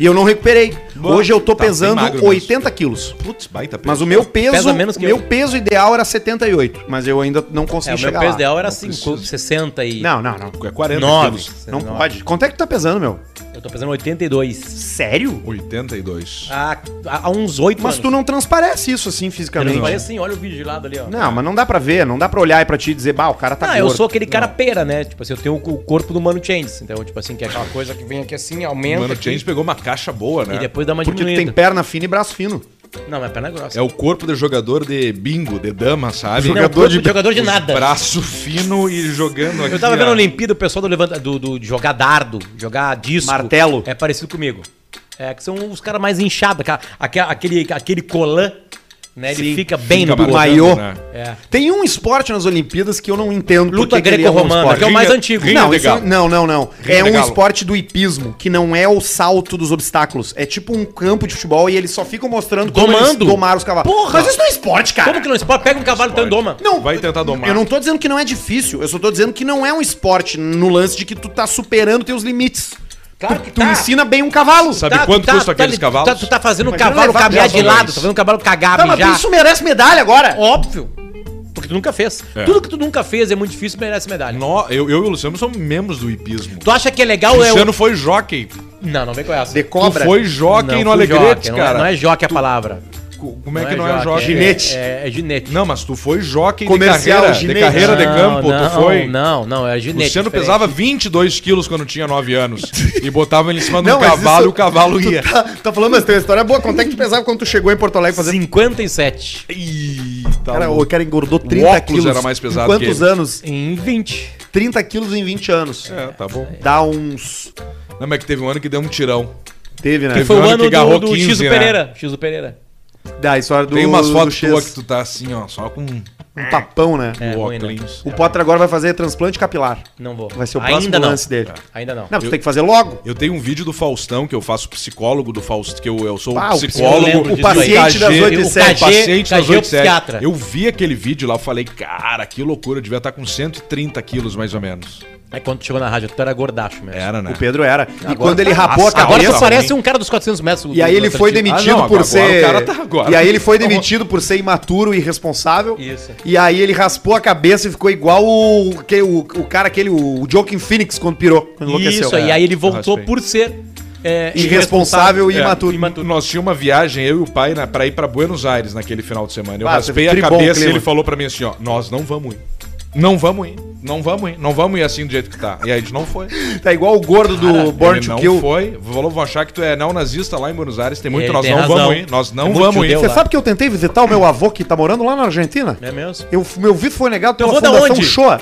E eu não recuperei.
Boa.
Hoje eu tô
Tá, bem
pesando
magro mesmo.
80 quilos.
Putz, baita
Mas o meu peso,
menos que
o meu
eu.
peso ideal era 78, mas eu ainda não consegui
É, o meu
chegar
peso
lá.
ideal era 5, 60 e...
Não, não, não.
É 40
9.
quilos.
Não pode. Quanto é que tu tá pesando, meu?
Eu tô pesando 82.
Sério?
82.
Há, há há uns 8
Mas tu não transparece isso assim fisicamente.
Não, assim, olha o vídeo de lado ali, ó.
Não, mas não dá pra ver, não dá pra olhar aí pra ti e dizer, bah, o cara tá
ah,
gordo.
eu sou aquele cara pera, né? Tipo assim, eu tenho o corpo do Mano Chains. Então, tipo assim, que é aquela
Ah,
coisa que vem aqui assim, aumenta.
Mano, o
aqui,
James pegou uma caixa boa,
é.
né?
E depois dá uma
Porque tu tem
diminuída.
perna fina e braço fino.
Não, mas perna é grossa.
É o corpo do jogador de bingo, de dama, sabe?
Não, o corpo de jogador de nada.
Braço fino e jogando aqui.
Eu tava vendo
ó.
a Olimpíada, o pessoal do, levanta, do, do de jogar dardo, jogar disco.
Martelo.
É parecido comigo. É, que são os caras mais inchados. aquela- aque- Aquele, aquele colã, né? Ele
Sim,
fica bem
fica
no
marcado,
corpo.
maiô.
né?
É.
Tem um esporte nas Olimpíadas que eu não entendo por
Luta
que que ele é um
greco-romana,
esporte.
que é um- o mais
Rinha-
antigo.
rinha
Não,
de
isso-
galo.
não, não, não.
Rinha
é
de
um
galo.
esporte do hipismo, que não é o salto dos obstáculos. É tipo um campo de futebol e eles só ficam mostrando como
Domando.
eles domaram os cavalos.
Porra!
Mas isso não é esporte, cara.
Como que não esporte? Pega um cavalo e doma.
Não,
Vai tentar domar.
Eu não tô dizendo que não é difícil, eu só tô dizendo que não é um esporte no lance de que tu tá superando teus limites.
Claro
tu,
que
tu
tá.
ensina bem um cavalo.
Sabe quanto
custa
custam aqueles cavalos?
Tá, tu tá fazendo o
Imagina
cavalo
levar
caminhar
pra
de
Japão
lado, tá fazendo o cavalo cagar,
Tá, mas
mijar.
isso merece medalha agora.
Óbvio. Porque tu nunca fez. Tudo que tu nunca fez é muito difícil merece medalha.
Nó- eu, eu e o Luciano somos membros do hipismo.
Tu acha que é legal?
O
é
Luciano foi jockey.
Não, não vem com essa.
De
Tu
cobra.
foi jockey
Não,
no
fui
Alegrete,
jockey, não é-
cara.
Não é joque a palavra.
Como é que não é jockey?
Ginete.
É, é ginete.
Não, mas tu foi jockey
Comercial,
de carreira, de,
ginete.
carreira de
Não,
campo.
não,
tu foi.
Não, não, é ginete.
Luciano
diferente.
pesava 22 quilos quando tinha 9 anos. e botava ele em cima de um
mas
cavalo
isso-
e o cavalo
tu
ia.
Tá, tá falando, mas tem uma história boa. Quanto é que tu pesava quando tu chegou em Porto Alegre fazendo
57
Ih, tá
Cara, o
louco.
cara engordou 30
óculos
quilos.
era mais pesado
em
que
quantos
ele.
anos?
em 20.
30 quilos em 20 anos.
É, tá bom.
Dá uns.
Não, mas que teve um ano que deu um tirão.
Teve, né?
Que foi o
ano
ano
que
do,
agarrou
do
15,
X do
né?
Pereira. X do Pereira.
Da história é do.
Tem umas
do
fotos
X.
tuas que tu tá assim, ó, só com
Um tapão, né?
É, ruim, né?
O Potter agora vai fazer transplante capilar.
Não vou.
Vai ser o próximo
Ainda não.
lance dele.
Ainda não.
Não, tu tem que fazer logo.
Eu tenho um vídeo do Faustão que eu faço psicólogo do Faustão, que eu, eu sou
Ah,
o
o
psicólogo,
psicólogo,
o paciente
das oito e
eu-
sete.
O paciente das
KG é o
8 e 7.
psiquiatra.
Eu vi aquele vídeo lá, eu falei, cara, que loucura, eu devia estar com 130 quilos mais ou menos.
É quando tu chegou na rádio, tu era gordacho mesmo.
Era, né?
O Pedro era. E
Agora-
quando ele rapou a
Nossa, tá.
Agora
cabeça.
tu parece um cara dos 400 metros.
E aí ele foi
demitido.
demitido
Ah, não,
por
agora
ser.
o cara tá agora.
E aí ele foi demitido por ser imaturo e irresponsável.
Isso.
E aí ele raspou a cabeça e ficou igual o, que, o, o cara aquele, o Joaquin Phoenix, quando pirou, quando enlouqueceu.
Isso,
É.
e aí ele voltou
Raspei.
por ser é,
Irresponsável e
É,
imaturo.
Nós tínhamos uma viagem, eu e o pai, na, pra ir pra Buenos Aires naquele final de semana. Eu
Ah,
raspei
teve
a
tribom
cabeça e
clima.
ele falou pra mim assim, ó, nós não vamos ir. Não vamos ir, não vamos ir, não vamos ir assim do jeito que tá. E aí a gente não foi.
Tá igual o gordo do Born
ele
to
não
Kill.
foi. Falou, vão achar que tu é neonazista lá em Buenos Aires, tem muito,
Ele
nós
tem
não
razão.
vamos ir, nós não
Muito
vamos ir.
judeu
Você
lá.
sabe que eu tentei visitar o meu avô que tá morando lá na Argentina?
É mesmo?
Eu, meu visto foi negado pela
avô da
Fundação
onde?
Shoah.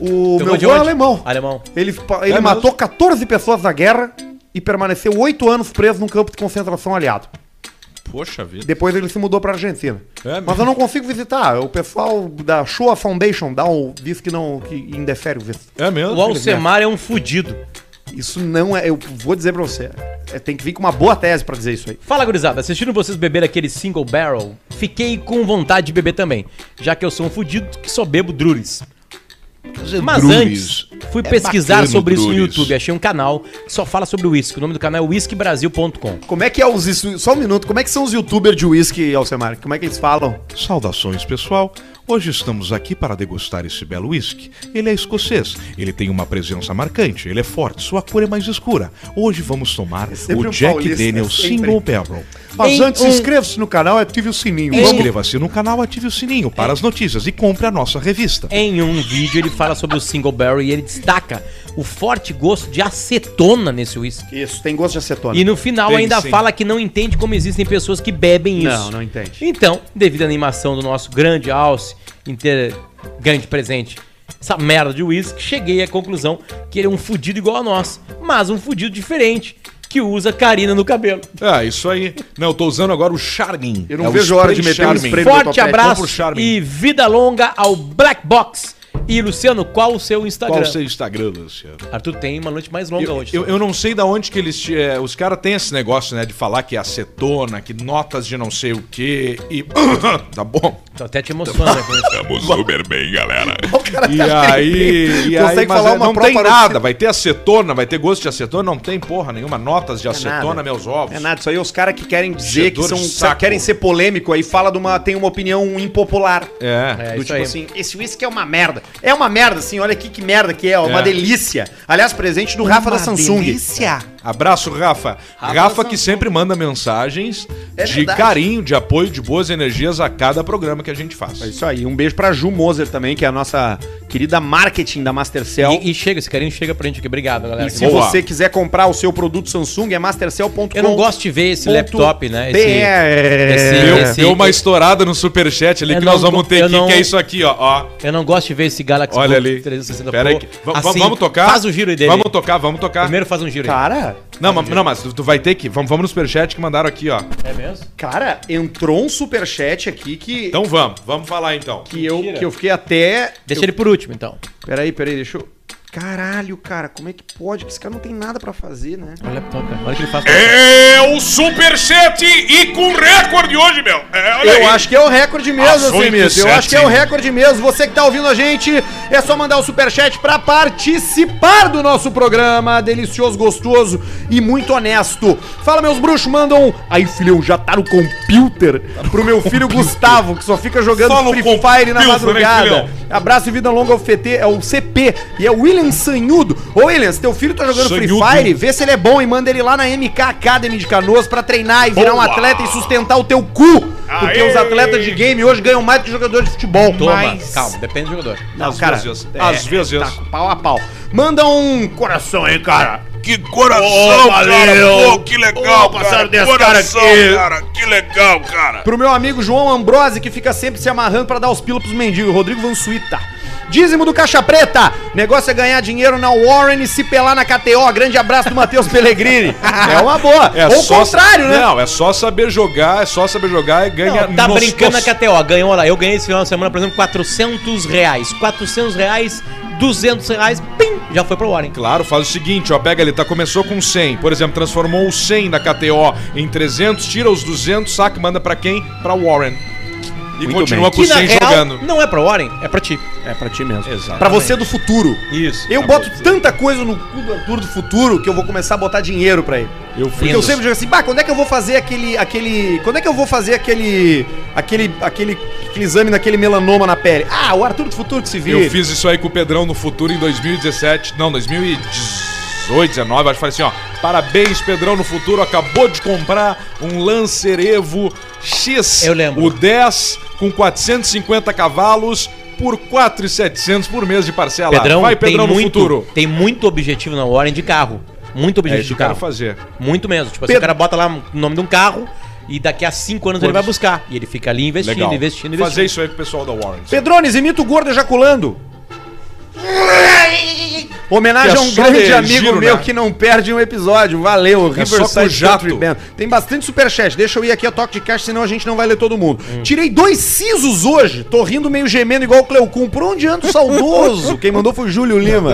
O
Teu
meu
avô de
avô é
onde?
alemão.
Alemão.
Ele, pa- ele
É
matou 14 pessoas na guerra e permaneceu 8 anos preso num campo de concentração aliado.
Poxa vida.
Depois ele se mudou pra Argentina.
É
Mas eu não consigo visitar. O pessoal da Shoah Foundation dá um, diz que não que indefere o visto.
É mesmo?
O Alcemar é um fudido.
Isso não é. Eu vou dizer pra você. é- tem que vir com uma boa tese pra dizer isso aí.
Fala, gurizada. Assistindo vocês beber aquele single barrel, fiquei com vontade de beber também, já que eu sou um fudido que só bebo druris. Mas
druris. é
antes, fui pesquisar
bacana o
sobre isso no
druris.
YouTube. Achei um canal que só fala sobre uísque. O nome do canal é whiskybrasil.com.
Como é que é os. isso- Só um minuto. Como é que são os youtubers de whisky, Alcemar? Como é que eles falam?
Saudações, pessoal. Hoje estamos aqui para degustar esse belo whisky. Ele é escocês, ele tem uma presença marcante, ele é forte, sua cor é mais escura. Hoje vamos tomar
sempre
o
um
Jack
paulista,
Daniel
sempre.
Single Barrel.
Mas
Em
antes,
um-
inscreva-se no canal e ative o sininho.
É.
Em-
Vamos.
Inscreva-se no canal, ative o sininho para as notícias e compre a nossa revista.
Em um vídeo, ele fala sobre o single barrel e ele destaca o forte gosto de acetona nesse uísque.
Isso, tem gosto de acetona.
E no final
Tem
ainda
sim.
fala que não entende como existem pessoas que bebem isso.
Não, não entende.
Então, devido à animação do nosso grande alce em ter grande presente, essa merda de uísque, cheguei à conclusão que ele é um fudido igual a nós, mas um fudido diferente, que usa carina no cabelo.
Ah, isso aí. Não, eu tô usando agora o Charmin.
Eu não
É o
vejo a hora de
spray
meter um spray no meu
Forte
topete.
abraço
Vamos pro Charmin.
e vida longa ao Black Box. E Luciano, qual o seu Instagram?
Qual o seu Instagram, Luciano?
Arthur tem uma noite mais longa
Eu,
hoje.
eu- eu não sei da onde que eles. te- é, os caras têm esse negócio, né? De falar que é acetona, que notas de não sei o quê. E. tá bom.
Tô até te emocionando. né, com isso.
Estamos super bem, galera.
E aí, e aí
Consegue
mas
falar
é,
uma
não tem
própria-
nada, vai ter acetona, vai ter gosto de acetona, não tem porra nenhuma, notas de acetona,
nada.
meus ovos.
É nada, isso aí é os caras que querem dizer
Fedor
que são,
de saco.
querem ser polêmico aí fala de uma tem uma opinião impopular.
É.
É,
do
isso
tipo
aí.
assim, esse uísque é uma merda. É uma merda, assim, olha aqui que merda que é, ó, uma
É.
delícia. Aliás, presente do Rafa da Samsung. Delícia.
Abraço, Rafa. Rafa, que
Santos.
sempre manda mensagens
É
de
verdade.
carinho, de apoio, de boas energias a cada programa que a gente faz.
É isso aí. Um beijo pra Ju Moser também, que é a nossa querida marketing da Mastercell.
E, e chega, esse carinho chega pra gente aqui. Obrigado, galera.
E se
Boa.
você quiser comprar o seu produto Samsung, é mastercell.com.
Eu não gosto de ver esse
ponto
laptop, né?
BR.
Esse,
é.
esse-
Deu,
esse-
deu uma estourada no superchat ali
Eu
que nós
não
vamos
go-
ter
eu
aqui,
não-
que é isso aqui, ó. ó.
Eu não gosto de ver esse Galaxy
Olha
Book
ali.
360
Pera aí.
Pro.
que- va- va-
Assim,
vamos tocar?
Faz o giro aí dele.
Vamos tocar, Tá. vamos tocar.
Primeiro faz um giro aí.
Cara,
Não, mas, não, mas tu tu vai ter que. Vamos, vamos no superchat que mandaram aqui, ó.
É mesmo?
cara, entrou um superchat aqui que,
Então vamos, vamos falar então.
que, eu,
mentira.
que eu fiquei até.
Deixa ele por último, então.
Peraí, peraí, deixa eu. Caralho, cara, como é que pode? Que esse cara não tem nada pra fazer, né?
Olha o laptop, cara. Olha o que ele faz.
É o Superchat e com recorde hoje, meu. É, olha aí.
Eu acho que é o recorde mesmo,
Ações
assim, Mito. Eu
do
acho que é o
sete.
recorde mesmo. Você que tá ouvindo a gente, é só mandar o superchat pra participar do nosso programa. Delicioso, gostoso e muito honesto. Fala, meus bruxos, mandam. Aí, filhão, já tá no computer pro meu filho Gustavo, que só fica jogando
Só no
Free
computer,
Fire na
né,
madrugada.
filhão?
Abraço e vida longa ao FT, é o CP e é o William Sanhudo. Ô, William, se teu filho tá jogando
Sanhudo.
Free Fire, vê se ele é bom e manda ele lá na MK Academy de Canoas pra treinar e virar um
Boa.
atleta e sustentar o teu cu. Porque
Aê!
os atletas de game hoje ganham mais que jogadores de futebol.
Toma,
Mas-
calma, depende do jogador.
Não,
Às
cara,
vezes,
é,
às vezes.
Tá com pau a pau. Manda um coração aí, cara.
Que coração, cara. Pô, que legal,
Ô,
cara.
passaram desse
Coração,
cara aqui.
cara. Que legal, cara.
Pro meu amigo João Ambrose, que fica sempre se amarrando pra dar os pila pros mendigos. Rodrigo Vansuíta. Dízimo do Caixa Preta. Negócio é ganhar dinheiro na Warren e se pelar na KTO. Grande abraço do Matheus Pellegrini. É uma boa.
É
Ou o
só-
contrário, né?
Não, é só saber jogar, é só saber jogar e ganha
Não, tá
nos-
brincando na KTO, ganhou lá. Eu ganhei esse final de semana, por exemplo, 400 reais. 400 reais, 200 reais, pim, já foi pro Warren.
Claro, faz o seguinte, ó, pega ele, tá, começou com 100, por exemplo, transformou o 100 da KTO em 300, tira os 200, saca, manda pra quem? Pra Warren. E
Muito
continua
bem.
com o 100 jogando.
não é pro Warren, é pra ti.
É pra ti mesmo.
Exato.
Pra você do futuro.
Isso.
tá
Eu boto tanta coisa no cu do Arthur do futuro que eu vou começar a botar dinheiro pra ele.
Eu
Porque eu sempre digo assim, bah, quando é que eu vou fazer aquele. aquele. Quando é que eu vou fazer aquele. aquele. aquele, aquele exame naquele melanoma na pele? Ah, o Arthur do futuro que se vira.
Eu fiz isso aí com o Pedrão no futuro em 2017. Não, 2018, 19, acho que falei assim, ó. Parabéns, Pedrão no futuro. Acabou de comprar um Lancer Evo X.
Eu lembro.
O 10 com 450 cavalos por 4,700 por mês de parcela.
Pedrão,
Vai, Pedrão
tem,
no
muito,
futuro.
tem muito objetivo na Warren de carro. Muito
É
objetivo
isso
de
que eu quero
carro.
fazer.
Muito mesmo. Tipo assim,
Pedro-
o cara bota lá o nome de um carro e daqui a cinco anos ele vai buscar. E ele fica ali investindo,
Legal.
investindo, investindo.
Fazer isso aí com o pessoal da Warren.
Pedrones, imita o gordo ejaculando. Homenagem
É
a um
só
grande
de
amigo
giro,
meu
né? É
que não perde um episódio. Valeu,
só com
Riverside
jato.
Country Band. Tem bastante superchat. Deixa eu ir aqui a toque de caixa, senão a gente não vai ler todo mundo.
Hum.
Tirei dois sisos hoje. Tô rindo meio gemendo igual o Cleocum. Por onde ando saudoso? Quem mandou foi o Júlio Lima.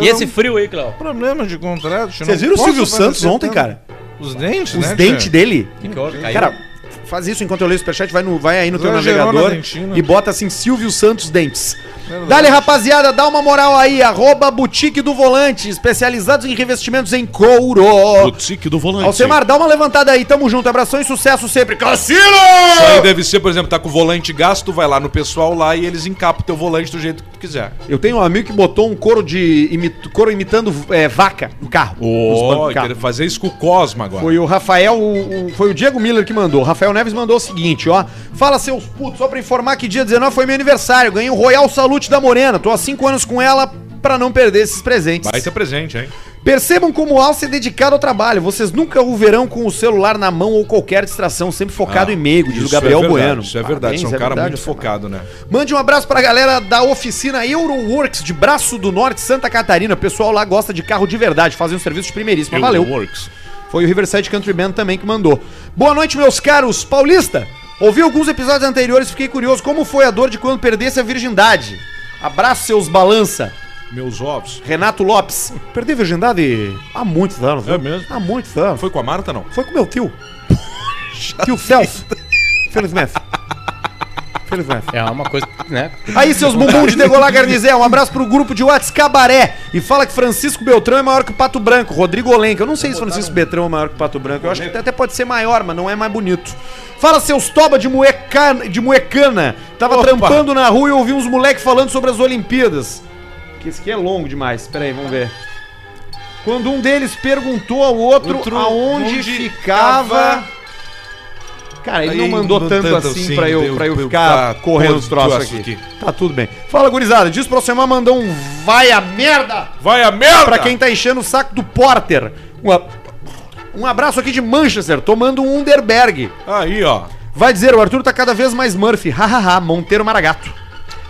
E esse frio aí, Cléo?
problema de contrato.
Vocês viram o Silvio Santos
né?
ontem, cara?
Os dentes,
Os
né,
dentes
tia?
dele?
Caiu.
Cara, faz isso enquanto eu leio o superchat, vai, no, vai aí no teu
Exagerou
navegador
na dentina.
e bota assim Silvio Santos Dentes. Dale, rapaziada, dá uma moral aí, arroba Boutique do Volante, especializados em revestimentos em couro.
Boutique do volante.
Alcemar, dá uma levantada aí, tamo junto, abração e sucesso sempre. Cassino!
Isso aí deve ser, por exemplo, tá com o volante gasto, vai lá no pessoal lá e eles encapam o teu volante do jeito que tu quiser.
Eu tenho um amigo que botou um couro de imit- couro imitando é, vaca no carro. nos bancos
Ó,
do carro.
quero fazer isso com o Cosma agora.
Foi o Rafael, o, o- foi o Diego Miller que mandou. O Rafael Neves mandou o seguinte, ó. Fala, seus putos, só pra informar que dia 19 foi meu aniversário. Ganhei o Royal Salute da Morena. Tô há cinco anos com ela pra não perder esses presentes.
Vai ter um presente, hein?
Percebam como o Alce é dedicado ao trabalho. Vocês nunca o verão com o celular na mão ou qualquer distração, sempre focado em meio, diz o
Ah, Isso
Gabriel
é verdade,
Bueno.
Isso é verdade,
Parabéns,
você é um cara
verdade,
muito
Alcemar.
focado, né?
Mande um abraço pra galera da oficina Euroworks de Braço do Norte, Santa Catarina. O pessoal lá gosta de carro de verdade, fazem um serviço de primeiríssimo.
Eu
Valeu.
Works.
Foi o Riverside Country Band também que mandou. Boa noite, meus caros. Paulista, ouvi alguns episódios anteriores e fiquei curioso como foi a dor de quando perdesse a virgindade. Abraço, seus balança.
Meus ovos.
Renato Lopes. Perdi a virgindade há muitos anos.
É
viu?
mesmo?
Há muitos anos.
Foi
Foi,
com a Marta, não?
foi com meu tio. tio Celso. Felizmente. Felizmente.
É uma coisa, né?
Aí, seus bumbum de degolar garnizé, um abraço pro grupo de Whats Cabaré. E fala que Francisco Beltrão é maior que o Pato Branco. Rodrigo Olenka. Eu não sei se Francisco Beltrão é maior que o Pato Branco. Eu acho que até pode ser maior, mas não é mais bonito. Fala, seus toba de, mueca... de muecana. Tava trampando na rua e ouvi uns moleques falando sobre as Olimpíadas. Que esse aqui é longo demais. Pera aí, vamos ver. Quando um deles perguntou ao outro,
Outro,
aonde,
onde
ficava...
ficava-
Cara, ele
Aí
não mandou
mandou
tanto,
tanto
assim
assim,
pra eu,
deu-
pra eu
deu-
ficar
tá
correndo
todo
os troços
troço
aqui.
aqui.
Tá tudo bem. Fala, gurizada. Diz pro Semar mandou um vai a merda
Vai a merda!
pra quem tá enchendo o saco do Porter. Um, a- um abraço aqui de Manchester, tomando um Underberg.
Aí, ó.
Vai dizer, o Arthur tá cada vez mais Murphy. Hahaha, Monteiro Maragato.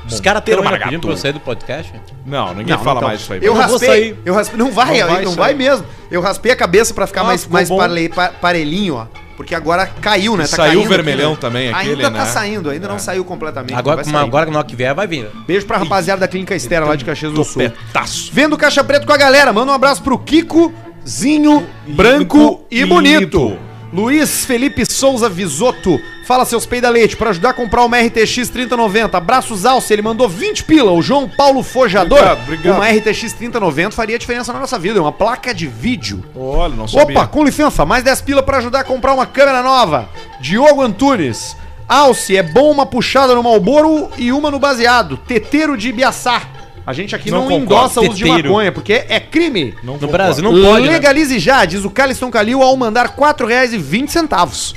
Os caras tão ainda
Maragato.
pedindo pra eu sair do podcast?
Não, ninguém
Não,
fala
então,
mais isso aí.
Eu
não vou
raspei.
sair.
Eu raspei. Não vai,
Não
não vai,
vai
não
sair.
vai mesmo. Eu raspei a cabeça pra ficar
Ah,
mais,
ficou
mais
bom.
parle- pa- parelhinho, ó. Porque agora caiu, né?
Saiu
caindo
vermelhão
aqui, né?
também, aquele,
Ainda tá
né?
saindo, ainda não saiu completamente.
Agora,
vai
com uma,
sair.
agora que não que vier, vai vir.
Beijo pra rapaziada da Clínica Estera lá de Caxias do Sul.
Petaço.
Vendo Caixa Preto com a galera. Manda um abraço pro Kiko, Zinho, Branco e Bonito. Luiz Felipe Souza Visoto. Fala seus peidaleite pra ajudar a comprar uma RTX 3090. Abraços Alce, ele mandou 20 pila. O João Paulo Fojador.
Obrigado, obrigado.
Uma RTX 3090 faria diferença na nossa vida. É uma placa de vídeo.
Olha, não
Opa, com licença, mais 10 pila pra ajudar a comprar uma câmera nova. Diogo Antunes. Alce, é bom uma puxada no Malboro e uma no baseado. Teteiro de Ibiaçá. A gente aqui não,
Não concordo.
endossa o uso de
Teteiro.
maconha, porque é crime.
Não
No
concordo.
Brasil não pode, né?
Legalize já, diz o Caliston Calil ao mandar R$ 4,20.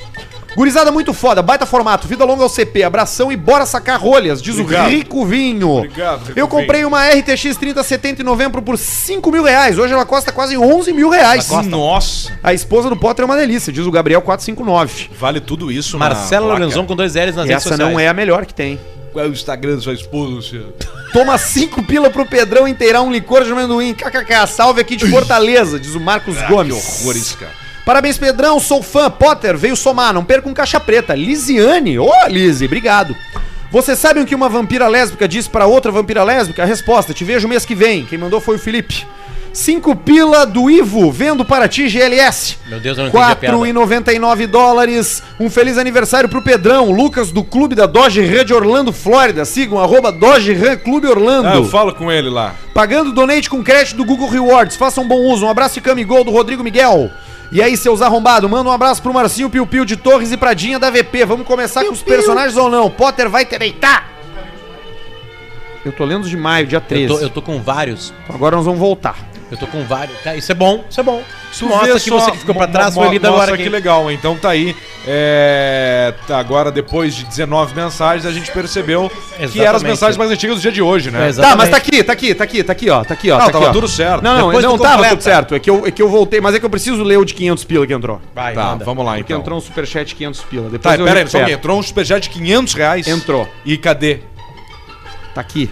Gurizada muito foda, baita formato, vida longa ao CP, abração e bora sacar rolhas, diz
Obrigado.
o Rico Vinho.
Obrigado, Rico
Eu comprei uma RTX 3070 em novembro por 5 mil reais, hoje ela custa quase 11 mil reais.
Nossa,
A esposa do Potter é uma delícia, diz o Gabriel 459.
vale tudo isso,
Marcelo
na placa.
Lorenzon com dois L's nas
Essa
redes sociais.
não é a melhor que tem.
Qual é o Instagram da sua esposa, Luciano?
Toma cinco pila pro Pedrão inteirar um licor de amendoim. KKK, salve aqui de Fortaleza, diz o Marcos
Ah,
Gomes.
Horrores, cara.
Parabéns, Pedrão. Sou fã. Potter, veio somar. Não perca um caixa preta. Lisiane. Ô, Lise, obrigado. Vocês sabem o que uma vampira lésbica disse pra outra vampira lésbica? A resposta: te vejo mês que vem. Quem mandou foi o Felipe. Cinco pila do Ivo, vendo para ti GLS.
Meu Deus, eu não entendi a piada.
4,99 dólares. Um feliz aniversário pro Pedrão, Lucas do Clube da Dodge Ram de Orlando, Flórida. Sigam arroba Dodge Ram Clube Orlando.
Ah, eu falo com ele lá.
Pagando donate com crédito do Google Rewards. Façam bom uso. Um abraço e camigol do Rodrigo Miguel. E aí, seus arrombados, manda um abraço pro Marcinho Piu Piu de Torres e Pradinha da VP. Vamos começar com os personagens ou não? Potter vai te deitar! Eu tô lendo os de maio, dia 13.
Eu tô, eu tô com vários.
Então Agora nós vamos voltar.
Eu tô com vários. Cara, Isso é bom, isso é bom. Isso
Tu
mostra
vê
que
só-
você que ficou pra
mo-
trás
mo-
foi lido agora
mostra
aqui. É,
que legal, então tá aí. É, tá agora, depois de 19 mensagens, a gente percebeu que eram as
Exatamente.
mensagens mais antigas do dia de hoje, né?
É,
Exato.
exatamente.
Tá, mas tá aqui, tá aqui, tá aqui, tá aqui, ó. Tá aqui, ó.
Não,
tá aqui,
tava
ó.
tudo certo.
Não, não,
Depois
não
tu
tava
completa.
tudo certo. É que, eu, é que eu voltei, mas é que eu preciso ler o de 500 pila que entrou.
Vai,
Tá,
manda.
vamos lá
Porque
então.
entrou um superchat de 500 pila. Depois
Tá,
eu
pera aí, só um
recupero.
pouquinho. entrou um superchat de 500 reais.
Entrou.
E cadê?
Tá aqui.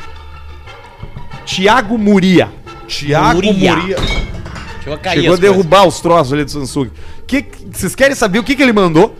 Tiago Muria.
Tiago
Muria.
Muria.
Chegou
É
a cair
Chegou a
as coisas.
derrubar os troços ali do Samsung. Que, que- vocês querem saber o que, que ele mandou?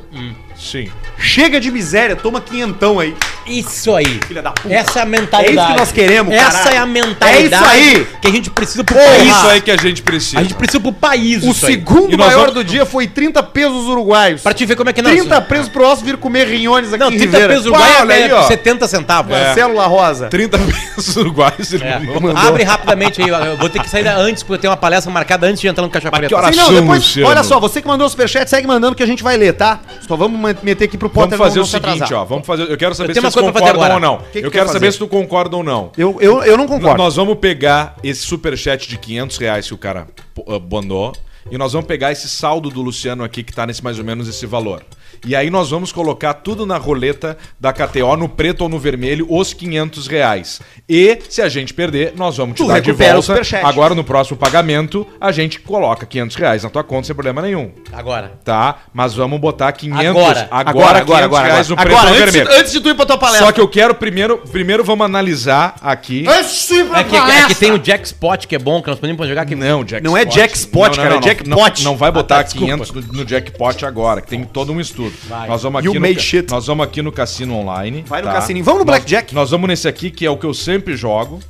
Sim.
Chega de miséria, toma quinhentão aí.
Isso aí.
Filha da puta.
Essa é a mentalidade.
É isso que nós queremos,
Essa
caralho.
é a mentalidade.
É isso aí.
Que a gente precisa pro
É
país.
isso aí que a gente precisa.
A gente precisa pro país.
O
isso aí.
segundo
E nós
maior
vamos-
do dia foi 30 pesos uruguaios.
Pra te ver como é que não.
30 pesos pro osso vir comer rinhones aqui
Não,
em
30
Ribeira.
pesos uruguaio
Pá, olha
é
aí, ó. É.
70 centavos.
Marcelo La Rosa.
30 pesos uruguais, ele
É.
mandou.
Abre rapidamente aí. Eu vou ter que sair antes, porque eu tenho uma palestra marcada antes de entrar no Caixa Preta.
que horas?
Sim, não,
Ação,
depois,
Luciano.
olha só, você que mandou o superchat, segue mandando que a gente vai ler, tá? Só vamos man- meter aqui pro
Vamos
Potter
fazer
não-
o
não se
seguinte,
atrasar.
ó. Vamos fazer. Eu quero saber
tenho
se
uma
vocês
coisa pra fazer
concordam ou
agora.
não.
que que
eu
tu
quero
quer
saber
fazer?
se tu concorda ou não.
Eu, eu, eu não
N-
concordo.
Nós vamos pegar esse superchat de 500 reais que o cara pô- ah, mandou e nós vamos pegar esse saldo do Luciano aqui que tá nesse mais ou menos esse valor. E aí nós vamos colocar tudo na roleta da KTO, no preto ou no vermelho, os 500 reais. E se a gente perder, nós vamos te
Tu
dar de
recupera o
volta.
superchat.
Agora no próximo pagamento, a gente coloca 500 reais na tua conta sem problema nenhum.
Agora.
Tá? Mas vamos botar 500
Agora.
agora, 500 reais no preto ou no
antes,
vermelho.
de- antes de tu ir pra tua palestra.
Só que eu quero primeiro, primeiro vamos analisar aqui.
Antes de tu ir pra
É que, é que tem o Jackspot, que é bom, que nós podemos jogar aqui.
Não, Jackpot.
Não é jackpot, cara, é jackpot.
Não, não vai botar
Ah, tá, desculpa.
500 no, no jackpot agora, que tem todo um estudo.
Vai.
Nós vamos aqui
You
no,
made
ca-
shit.
Nós vamos aqui no cassino online.
Vai no cassino. Vamos no
Nós-
blackjack.
Nós, vamos nesse aqui que é o que eu sempre jogo,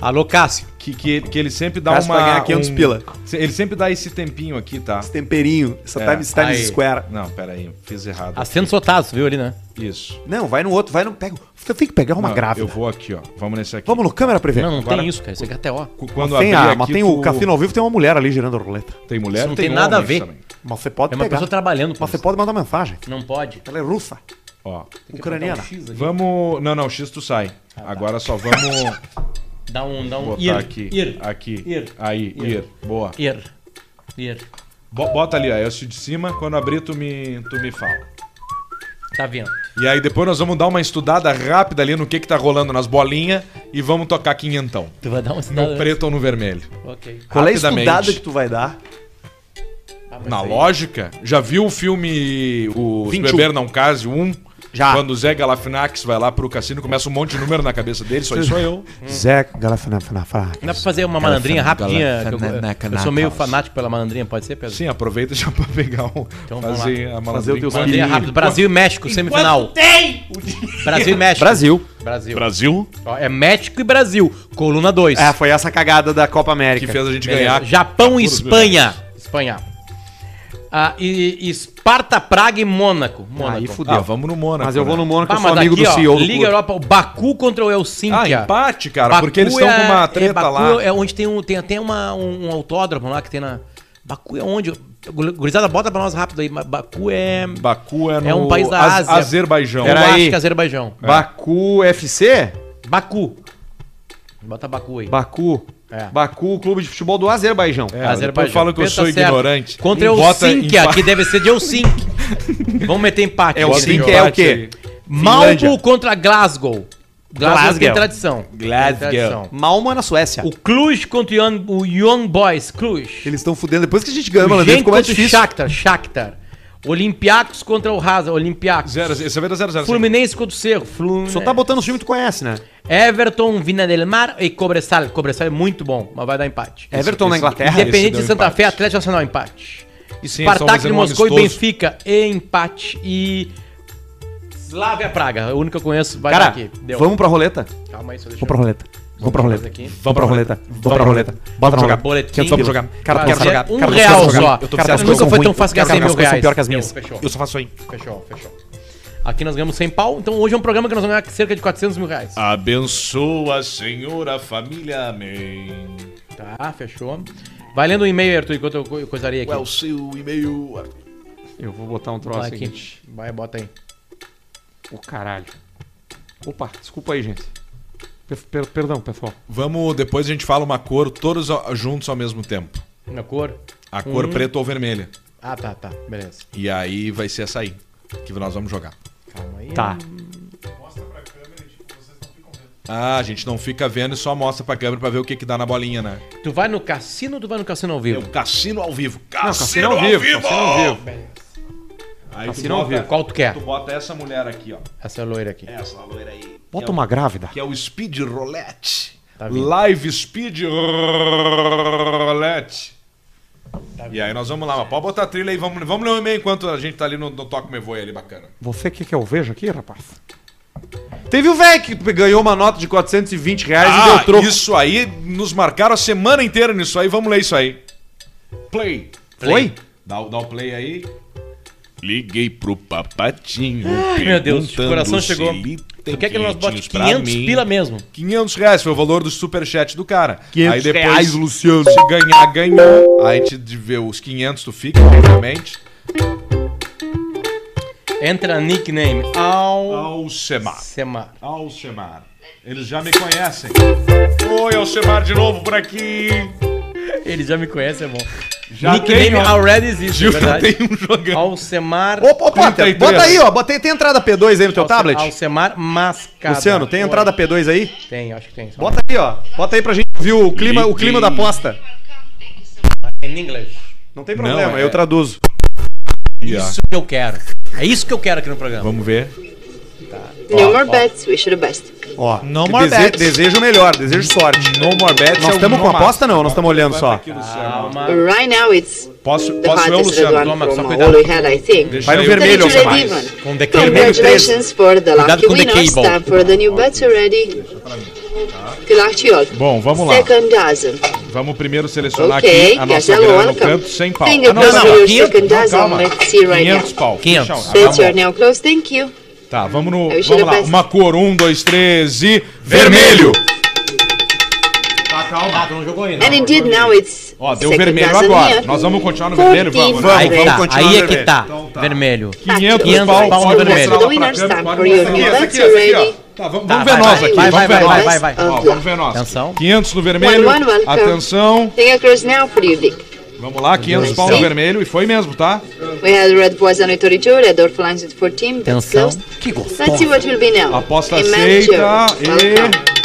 Alô, Cássio.
que que, que ele sempre dá
Cássio
uma um-
vai ganhar 500 pila.
Se- Ele sempre dá esse tempinho aqui, tá?
Temperinho, essa
É,
Times, Times
aí.
Square.
Não, pera aí, fiz errado.
Acendo sotados, viu ali, né?
Isso.
Não, vai no outro, vai no. Pega, você tem que pegar uma
Não,
grávida.
Eu vou aqui, ó. Vamos nesse aqui.
Vamos no câmera prevê.
Não, não
Agora-
tem isso, cara. Isso aqui é KTO.
Cu- Quando
tem
abrir
a, mas
aqui,
tem
tu-
o Cassino ao vivo, tem uma mulher ali girando a roleta.
Tem mulher,
Isso não tem nada a
homens
ver.
também.
Mas você pode
É uma
pegar.
pessoa trabalhando.
Mas você pode mandar mensagem.
Não pode.
Ela é russa,
Ó.
um
ucraniana.
Vamos, não, não, X tu sai.
Ah, tá.
Agora só vamos
Dá um. Dá um.
Botar
ir,
aqui.
Ir.
Aqui.
Ir.
Aí, ir. Boa.
Ir. Ir.
Bo- Bota ali, ó. Eu de cima. Quando abrir, tu me, tu me fala.
Tá vendo?
E aí depois nós vamos dar uma estudada rápida ali no que que tá rolando nas bolinhas e vamos tocar quinhentão.
Tu vai dar um
Tá.
No
sinal.
preto ou no vermelho.
Ok.
Qual é a
Rapidamente.
estudada que tu vai dar?
Ah, mas
Na
aí-
lógica, já viu o filme O
21.
Beber Não Case 1?
Já.
Quando o Zé Galafinax vai lá pro cassino, começa um monte de número na cabeça dele, só isso é eu.
Zé Galafanafra.
Não dá pra fazer uma malandrinha rapidinha? que eu-
fana-
eu, sou meio fanático pela malandrinha, pode ser, Pedro?
Sim, aproveita já pra pegar um...
Então vamos
fazer a
Fazer o
malandrinha.
teu
Malandrinha rápido. Brasil e México, semifinal. Tem! Brasil e México.
Brasil.
Brasil.
Brasil,
Ó, É México e Brasil. Coluna 2.
É, foi essa cagada da Copa América.
Que fez a gente
Beleza.
ganhar.
Japão e
Tá
14
Espanha. Espanha. Ah, e, e Esparta, Praga e Mônaco. Mônaco.
Aí fudeu.
Ah, vamos no Mônaco.
Mas eu vou
né?
no Mônaco,
Ah,
eu sou
mas
amigo
aqui,
do
ó,
CEO do
Liga
clube.
Europa, o Baku contra o
Ah,
Helsinki.
empate, cara, porque eles estão com uma treta
Baku
lá.
é onde tem, um, tem até uma- um, um autódromo lá que tem na... Baku é onde... Gurizada, bota pra nós rápido aí. mas Baku é...
Baku é no
É um país da
Az-
Ásia.
Azerbaijão.
Era-
eu acho
aí.
que é Azerbaijão.
Baku FC?
Baku. Bota Baku aí.
Baku.
É.
Baku, o clube de futebol do Azerbaijão.
É, depois falam que eu
Pedro
sou
tá certo.
ignorante.
Contra
Me bota
Helsinki,
empate.
que deve ser de Helsinki. Vamos meter empate.
É, o
aqui,
Helsinki
né?
que é o quê?
Malmo contra Glasgow. Glasgow, tem
Glasgow.
tradição.
Glasgow.
Tem tradição.
Malmo é na Suécia.
O Cluj contra o Young, o Young Boys. Cluj.
Eles estão fudendo. Depois que a gente ganha,
O
mano,
Genk
ficou mais
contra o
difícil.
Shakhtar. Shakhtar. Olympiacos contra o Rasa, Olympiacos.
Zero, assim. você vai dar 0 0
Fluminense contra o Cerro, Fluminense.
Só tá botando os times que tu conhece, né?
Everton, Vina del Mar e Cobressal. Cobressal é muito bom, mas vai dar empate.
Everton na Inglaterra.
Independente
deu
de Santa
empate.
Fé, Atlético Nacional, empate.
Sim, só
Spartak
fazer
de
um
Moscou e
amistoso.
Benfica, e empate. E Slavia Praga, a única que eu conheço, vai
Cara,
dar aqui. Deu.
vamos pra roleta?
Calma aí, só deixa
Vamos pra roleta. Vamos pra roleta.
aqui.
Vamos pra roleta. Vamos pra roleta. Bota na
jogar.
roleta.
Boletim.
500 pila.
Vamos
Cara, tu
Vai
quer
ser
jogar.
um
Cara, tu quer
real
jogar.
só.
Eu tô
Cara,
precisando
nunca
são
foi tão
ruins.
fácil
Cara,
ganhar
minhas
100 mil
coisas são
reais.
pior que as
Deu,
minhas.
fechou.
Eu só faço aí.
Fechou, fechou. Aqui nós ganhamos 100 pau, então hoje é um programa que nós vamos ganhar cerca de 400 mil reais.
Ah.
Abençoa, Senhor, a família. Amém.
Tá, fechou. Vai lendo o e-mail, Arthur, enquanto eu co- coisaria aqui.
É o seu e-mail.
Eu vou botar um troço
Vai,
aqui.
aqui. Vai, bota aí.
O caralho. Opa, desculpa aí, gente. Per- per- Perdão, pessoal.
Vamos, depois a gente fala uma cor, todos ao- juntos ao mesmo tempo.
Na cor.
A
Hum.
cor preta ou vermelha.
Ah, tá, tá. Beleza.
E aí vai ser essa aí, que nós vamos jogar.
Calma aí.
Tá.
Ah, a gente não fica vendo e só mostra pra câmera pra ver o que que dá na bolinha, né?
Tu vai no cassino ou tu vai no cassino ao vivo?
É Cassino ao vivo.
Cassino ao vivo. Cassino ao vivo.
Aí tu
Cassino ao
bota-
vivo.
Qual tu quer?
Tu bota essa mulher aqui, ó.
Essa é a loira aqui.
Essa loira aí.
Bota uma grávida.
Que é o Speed Roulette.
Tá vindo.
Live Speed Roulette.
Tá
e aí nós vamos lá, mas pode botar a trilha aí, vamos, vamos ler o e-mail enquanto a gente tá ali no, no Toque Me Voe ali, bacana.
Você que quer eu vejo aqui, rapaz? Teve o velho que ganhou uma nota de 420 reais e
Ah,
deu troco.
isso aí, nos marcaram a semana inteira nisso aí, vamos ler isso aí. Play.
Foi?
Dá, o- dá o play aí.
Liguei pro papatinho.
meu Deus, o coração
perguntando
chegou.
se ele tem
Tu quer que nós bote
quentinhos pra
500
mim.
pila mesmo?
500 reais foi o valor do superchat do cara.
500
aí depois,
reais, Luciano.
se ganhar, ganhou. Aí a gente vê os 500, tu fica, obviamente.
Entra nickname. Al...
Alcemar.
Semar.
Alcemar. Eles já me conhecem. Oi, Alcemar de novo por aqui.
Ele já me conhece, é bom.
Já
nickname
tem, ó.
already existe,
Gil,
é verdade.
tem um jogando.
Alcemar...
Opa, opa,
33.
bota aí, ó. Bota aí, tem entrada P2 aí no teu
Alce-
tablet?
Alcemar Mascada.
Luciano, tem entrada P2 aí?
Tem, acho que tem. Só
Bota aí, ó. Bota aí pra gente ver o clima, o clima da aposta.
em inglês.
Não tem problema,
é-
eu traduzo.
Isso que eu quero. É isso que eu quero aqui no programa.
Vamos ver.
No
Tá,
more bets, wish you the best.
Ó,
No
que
more
dese-
bets.
desejo melhor, desejo sorte.
No more bets.
Nós
é o
estamos
no
com
máximo.
aposta, não? Nós estamos olhando só.
Aqui, Luciano.
Right now it's
Posso,
the
posso eu,
hottest
Luciano?
red
Toma, um
one
só
from
cuidado.
all we had, I think.
Deixa
Vai no
eu-
vermelho,
Thank you,
Alcemar.
everyone.
Com decreto.
Congratulations for the
Cuidado
lucky
com o
winners.
decay, bom.
Time for the new bets already. Good luck to you all.
Bom, vamos lá.
Second dozen.
Vamos primeiro selecionar
Okay,
aqui a
guess
nossa
hello,
grana no
welcome.
canto, 100 pau. Ah,
Think of
não, não,
for your
quinhentos-
second
não,
dozen.
calma.
Let's see right now.
500 pau.
500.
Fechão,
Bets
acabou.
are now closed. Thank you.
Tá, vamos no.
Eu
Vamos
cheiro
lá.
peço.
Uma cor, um, dois, três e. Vermelho!
And indeed now it's
Ó, deu
second
vermelho
dozen
agora.
here.
Nós vamos continuar no
Fourteen
vermelho? Vamos,
for
né?
Aí que
red.
tá,
continuar
aí
no
é que
vermelho.
tá. Vermelho.
500,
500
pau,
pau no
só
vermelho.
mostrar lá pra
Winners,
câmera,
time
pode mostrar.
for you.
Aqui, essa aqui,
That's
essa aqui, ó.
ready.
Tá, vamos,
Tá,
vamos ver nós
vai,
aqui.
vai,
vamos ver
vai,
nós.
vai, vai, vai.
Ó, vamos ver nós.
Atenção.
500 no vermelho.
One, one, welcome.
Atenção.
Think across now for you, Dick.
Vamos lá, 500 pau no
Sim.
vermelho. E foi mesmo, tá?
We had red poison with 32, red dwarf lines with 14, that's
Atenção.
closed.
Que
Let's see
gostoso.
what will be now.
Aposta
A
aceita
manager.
e-
Welcome.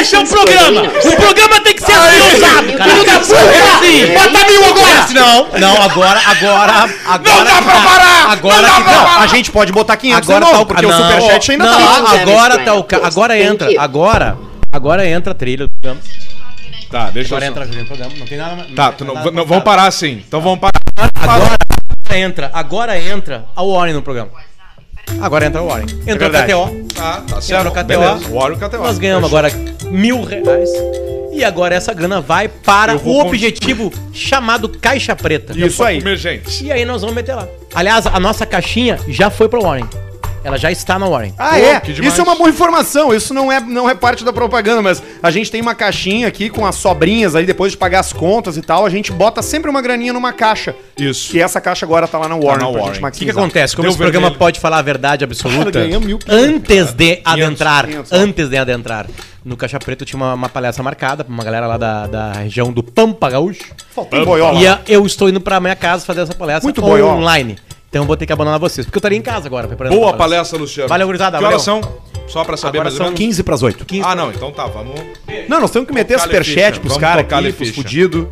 Esse é o programa! O programa tem que ser atualizado! Filho da puta! Bota mil agora! Não, não, agora, agora, agora. Não dá pra parar! Agora que não.
a gente pode botar 500
Agora
de
tá
novo,
o
porque
não,
o superchat ainda
não,
tá.
tá.
Agora tá o ca... Agora
Thank
entra,
you.
agora. Agora entra a trilha do programa.
Tá, deixa
Agora
eu.
entra a trilha do programa. Não tem nada.
Tá, tu não, não- vamos parar assim. Então vamos parar.
Agora entra, agora entra a Warren no programa. Agora entra a Warren. Entrou a
verdade.
KTO,
Tá, tá
no KTO.
Beleza. Warrior KTO.
nós ganhamos agora mil reais. E agora essa grana vai para
Eu vou
o
con-
objetivo chamado Caixa Preta.
Isso aí.
Comer, gente.
E aí nós vamos meter lá. Aliás, a nossa caixinha já foi pra Warren. Ela já está na Warren.
Ah,
Pô,
é?
que demais.
Isso é uma boa informação. Isso não é, não é parte da propaganda, mas a gente tem uma caixinha aqui com as sobrinhas aí, depois de pagar as contas e tal, a gente bota sempre uma graninha numa caixa.
Isso.
Que essa caixa agora tá lá na Warren.
na
pra gente
Warren.
O que, que
maximizar.
acontece? Como
Deu
esse programa
vermelho.
pode falar a verdade absoluta,
Cara, ganhamos mil pila,
antes de adentrar,
500, ó.
antes de adentrar, no Caixa Preto tinha uma, uma palestra marcada pra uma galera lá da, da região do Pampa Gaúcho.
Faltou um boiola.
E a- eu estou indo pra minha casa fazer essa palestra
Muito boiola.
online. Então eu vou ter que abandonar vocês, porque eu estaria em casa agora. preparando
Boa
essa
palestra, Luciano.
Valeu, gurizada,
Que horas
valeu.
são? Só pra saber
Agora
mais ou
são
menos.
15 pras 8.
Ah, não, então tá, vamos.
é-
Não, nós temos que meter
Tocar-lhe
superchat
ficha,
pros
vamos
caras
tocar-lhe
aqui, pros
ficha.
fudidos.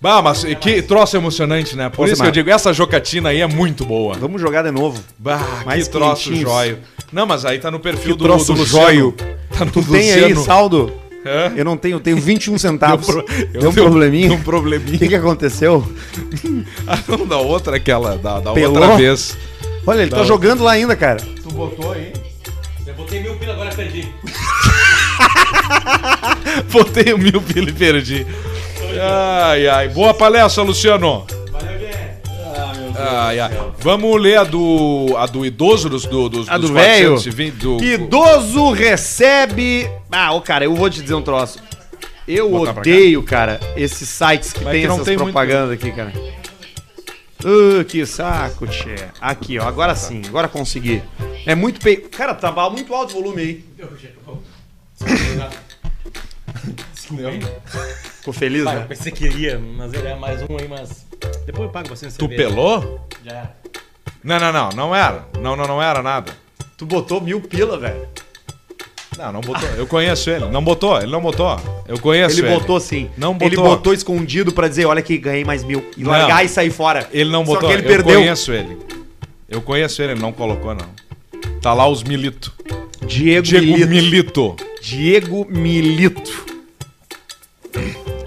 Bah, mas que troço emocionante, né? Por
Nossa,
isso que eu
Marco.
digo, essa jocatina aí é muito boa.
Vamos jogar de novo.
Bah,
Mais
que troço
quentinhos.
jóio. Não, mas aí tá no perfil
Que troço jóio.
Tá no
Tu
do
tem aí
Luciano.
saldo?
Hã?
um
Eu não tenho, eu tenho 21 centavos.
Deu
Deu,
pro-
um
deu-
probleminha.
deu um
O
probleminha.
que, que aconteceu?
Ah, não, da outra aquela, da, da
Pelou?
outra vez.
Olha, ele tá
Não.
jogando lá ainda, cara.
Eu botei mil pila, agora perdi.
Botei o mil pila e perdi. Ai, ai. Boa palestra, Luciano. Ai, ai. Vamos ler a do, a do idoso dos, do, dos,
A
dos
do velho?
420, do-
Idoso recebe. Ah, ô, cara, eu vou te dizer um troço. Eu
Botar pra
odeio, cara, esses sites que
Mas
tem
que não
essas
tem muito-
propagandas aqui, cara. Ah, que saco, tchê. Aqui, ó. Agora sim, agora consegui. É muito pe... Cara, tá ba- muito alto o volume aí. Ficou feliz,
Pai, eu
né?
pensei que iria, mas ele é mais um aí, mas. Depois eu pago você no
Tu pelou?
Já era.
Não, não, não. Não era. Não, não, não era nada.
Tu botou mil pila, velho.
Não, não botou. Eu conheço ele. Não botou, ele não botou. Eu conheço
Ele
ele.
botou sim.
Não
Ele
botou.
botou escondido pra dizer, olha que ganhei mais mil. E
Não.
largar e sair fora.
Ele não botou.
Só que ele
eu
perdeu.
conheço ele. Eu conheço ele, ele não colocou, não. Tá lá os Milito.
Diego,
Diego
Milito.
Milito.
Diego Milito.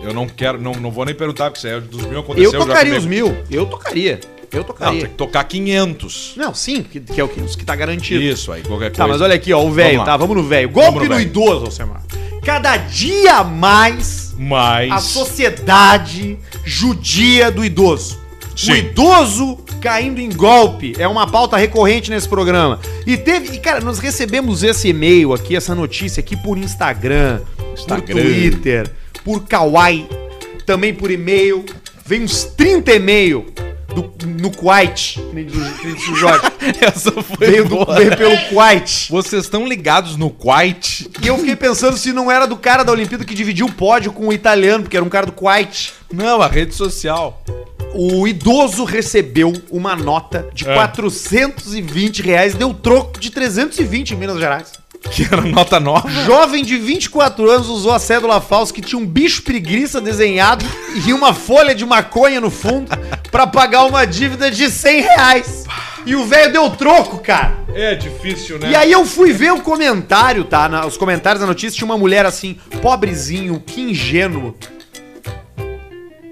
Eu não quero, não, não vou nem perguntar, porque isso aí dos mil aconteceu
Eu tocaria
já
os
comigo.
mil. Eu tocaria. Eu
Não, tem
tocaria.
que tocar 500.
Não, sim, que, que é o que, os que tá garantido.
Isso aí, qualquer coisa.
Tá, mas olha aqui, ó, o velho,
lá.
tá? Vamos no velho.
Vamos
Golpe
no
no,
velho.
idoso, Alcemar. Cada dia mais
Mas.
a sociedade judia do idoso.
Sim.
O idoso caindo em golpe é uma pauta recorrente nesse programa. E teve, e cara, nós recebemos esse e-mail aqui, essa notícia aqui por Instagram, por
Instagram.
Twitter, por Kawaii, também por e-mail. Vem uns 30 e-mail do- no Kuwait, que nem diz o- que nem diz o Jorge.
Essa foi
veio, do-
boa.
veio pelo Kuwait.
Vocês estão ligados no Quite?
E eu fiquei pensando se não era do cara da Olimpíada que dividiu o pódio com o italiano, porque era um cara do Kuwait.
Não, a rede social.
O idoso recebeu uma nota de
É.
420 reais, deu troco de 320 em Minas Gerais.
Que era nota nova.
Jovem de 24 anos usou a cédula falsa que tinha um bicho preguiça desenhado e uma folha de maconha no fundo pra pagar uma dívida de 100 reais. E o velho deu troco, cara.
É difícil, né?
E aí eu fui ver o comentário, tá? Na- os comentários da notícia tinha uma mulher assim, pobrezinho, que ingênuo.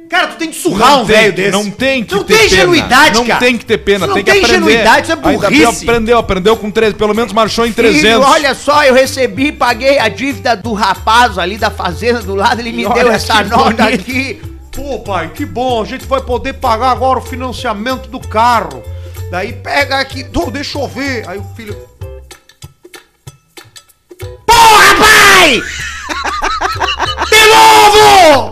Cara, tu tem que surrar
Não
um
tem
velho
que-
desse.
Não tem que
Não
ter
tem
pena.
ingenuidade,
não
cara.
Não tem que ter pena,
Isso não
tem que
tem
aprender.
ingenuidade, isso é
Ainda
burrice.
aprendeu, aprendeu com 13, pelo menos marchou em 300.
Filho, olha só, eu recebi, paguei a dívida do rapaz ali da fazenda do lado, ele me
Olha
deu essa
que
nota
bonito.
aqui.
Pô, pai, que bom, a gente vai poder pagar agora o financiamento do carro. Daí pega aqui, Tô, deixa eu ver. Aí o filho.
Porra, pai! De novo!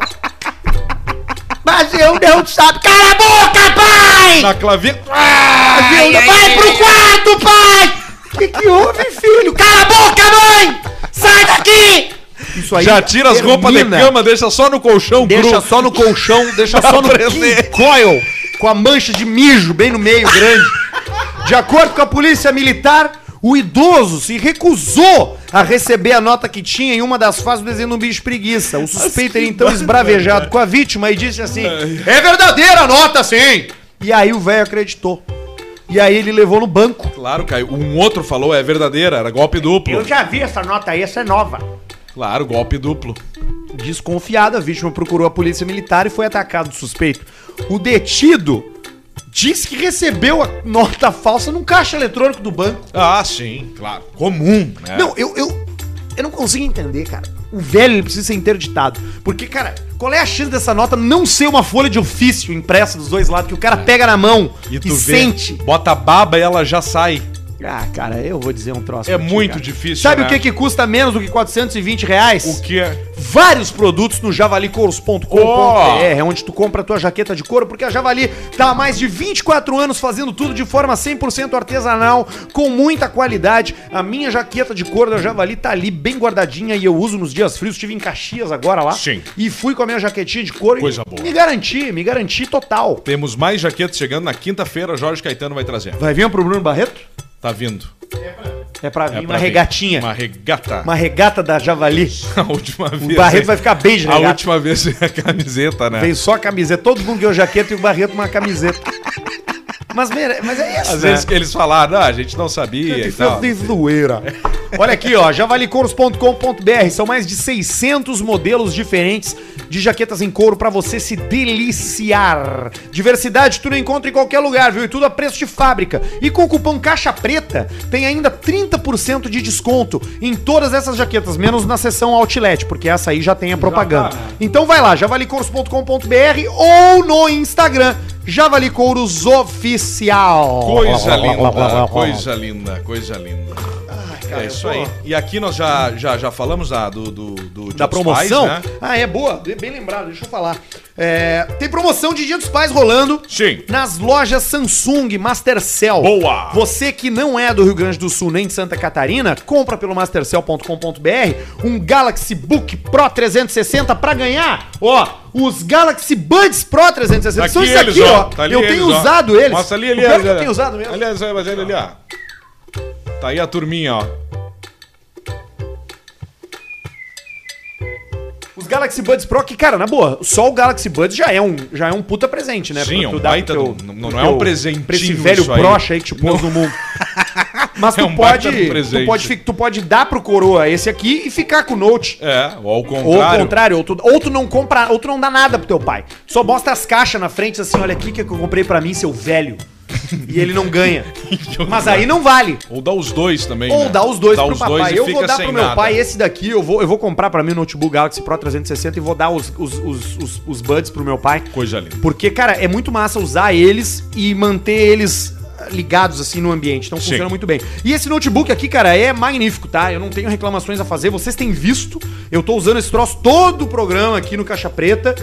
Mas eu não sabe. Cala a boca, pai!
Na clavícula.
Vai pro quarto, pai! Que que houve, filho? Cala a boca, mãe! Sai daqui!
Isso aí.
Já tira as roupas de cama, deixa só no colchão
Deixa
cru.
só no colchão, deixa só no
Aprender.
King coil, com a mancha de mijo bem no meio, grande. De acordo com a polícia militar, o idoso se recusou a receber a nota que tinha em uma das fases do desenho do bicho preguiça. O suspeito era então esbravejado com a vítima e disse assim: É verdadeira a nota, sim! E aí o velho acreditou. E aí ele levou no banco.
Claro, Caio. Um outro falou, é verdadeira, era golpe duplo.
já vi essa nota aí, essa é nova.
Claro, golpe duplo.
Desconfiada, a vítima procurou a polícia militar e foi atacado o suspeito. O detido disse que recebeu a nota falsa num caixa eletrônico do banco.
Ah, sim, claro. Comum, né?
Não, eu, eu, eu não consigo entender, cara. O velho ele precisa ser interditado. Porque, cara, qual é a chance dessa nota não ser uma folha de ofício impressa dos dois lados que o cara pega na mão e
É. tu vê,
sente?
Bota a baba e ela já sai.
Ah, cara, eu vou dizer um troço.
É
pra ti,
muito
cara.
difícil,
Sabe
né?
o que, que custa menos do que 420 reais?
O que é?
vários produtos no javalicoros.com.br, onde tu compra a tua jaqueta de couro, porque a Javali tá há mais de 24 anos fazendo tudo de forma 100% artesanal, com muita qualidade. A minha jaqueta de couro da Javali tá ali bem guardadinha e eu uso nos dias frios. Estive em Caxias agora lá.
Sim.
E fui com a minha jaquetinha de couro
Coisa
e
boa.
me garanti, me garanti total.
Temos mais jaquetas chegando na quinta-feira, Jorge Caetano vai trazer.
Vai vir pro Bruno Barreto?
Tá vindo.
É pra vir
É
uma
pra vir.
regatinha.
Uma regata.
Uma regata da Javali.
A última vez.
O Barreto
hein?
vai ficar bem de
A
regata.
última vez veio a camiseta, né?
Veio só a camiseta. Todo mundo ganhou jaqueta e o Barreto uma camiseta. mas, mere- mas é isso,
Às
né?
vezes que eles falaram, ah, a gente não sabia e tal.
É de zoeira. Olha aqui, ó, javalicoros.com.br. São mais de 600 modelos diferentes de jaquetas em couro pra você se deliciar. Diversidade tu não encontra em qualquer lugar, viu? E tudo a preço de fábrica. E com o cupom Caixa Preta tem ainda 30% de desconto em todas essas jaquetas, menos na seção Outlet, porque essa aí já tem a propaganda.
tá.
Então vai lá, javalicoros.com.br ou no Instagram, Javalicouros Oficial.
Coisa linda, coisa linda, coisa linda. é isso aí. E aqui nós já, já, já falamos da, do, do, do Dia
da
dos
promoção.
Pais, né?
Ah, é boa, bem- bem lembrado, deixa eu falar. É, tem promoção de Dia dos Pais rolando.
Sim.
Nas lojas Samsung Mastercell.
Boa.
Você que não é do Rio Grande do Sul nem de Santa Catarina, compra pelo mastercell.com.br um Galaxy Book Pro 360 pra ganhar, ó, os Galaxy Buds Pro 360.
Tá
São
aqui
esses aqui,
eles, ó.
ó.
Tá ali
eu
eles,
tenho
ó.
usado eles.
Mostra ali, ali,
o pior é
ali.
que eu tenho usado mesmo.
Aliás, olha, mas ele ali, ó. Tá aí a turminha, ó.
Os Galaxy Buds Pro, que, cara, na boa, só o Galaxy Buds já é um, já é um puta presente, né?
Sim,
Pra
é um
tu dar pro
baita
teu-
do- não-
pro
não é
teu-
um presentinho
Pra esse velho
isso aí.
broxa aí que te pôs no mundo. Mas tu,
É um baita
pode,
do
tu,
presente.
pode, fi- tu pode dar pro coroa esse aqui e ficar com o Note.
É, ou ao
Ou ao
contrário.
contrário, ou tu, ou tu não compra, ou tu não dá nada pro teu pai. Só mostra as caixas na frente assim, olha aqui que eu comprei pra mim, seu velho. E ele não ganha. Mas aí não vale.
Ou dá os dois também.
Ou
né?
dá os dois
dá
pro
os
papai.
dois e
eu
fica
vou dar
sem
pro meu
nada.
pai esse daqui, eu vou, eu vou comprar pra mim o notebook Galaxy Pro 360 e vou dar os, os, os, os, os buds pro meu pai.
Coisa linda.
Porque, cara, é muito massa usar eles e manter eles ligados assim no ambiente. Então funciona muito bem. E esse notebook aqui, cara, é magnífico, tá? Eu não tenho reclamações a fazer. Vocês têm visto, eu tô usando esse troço todo o programa aqui no Caixa Preta.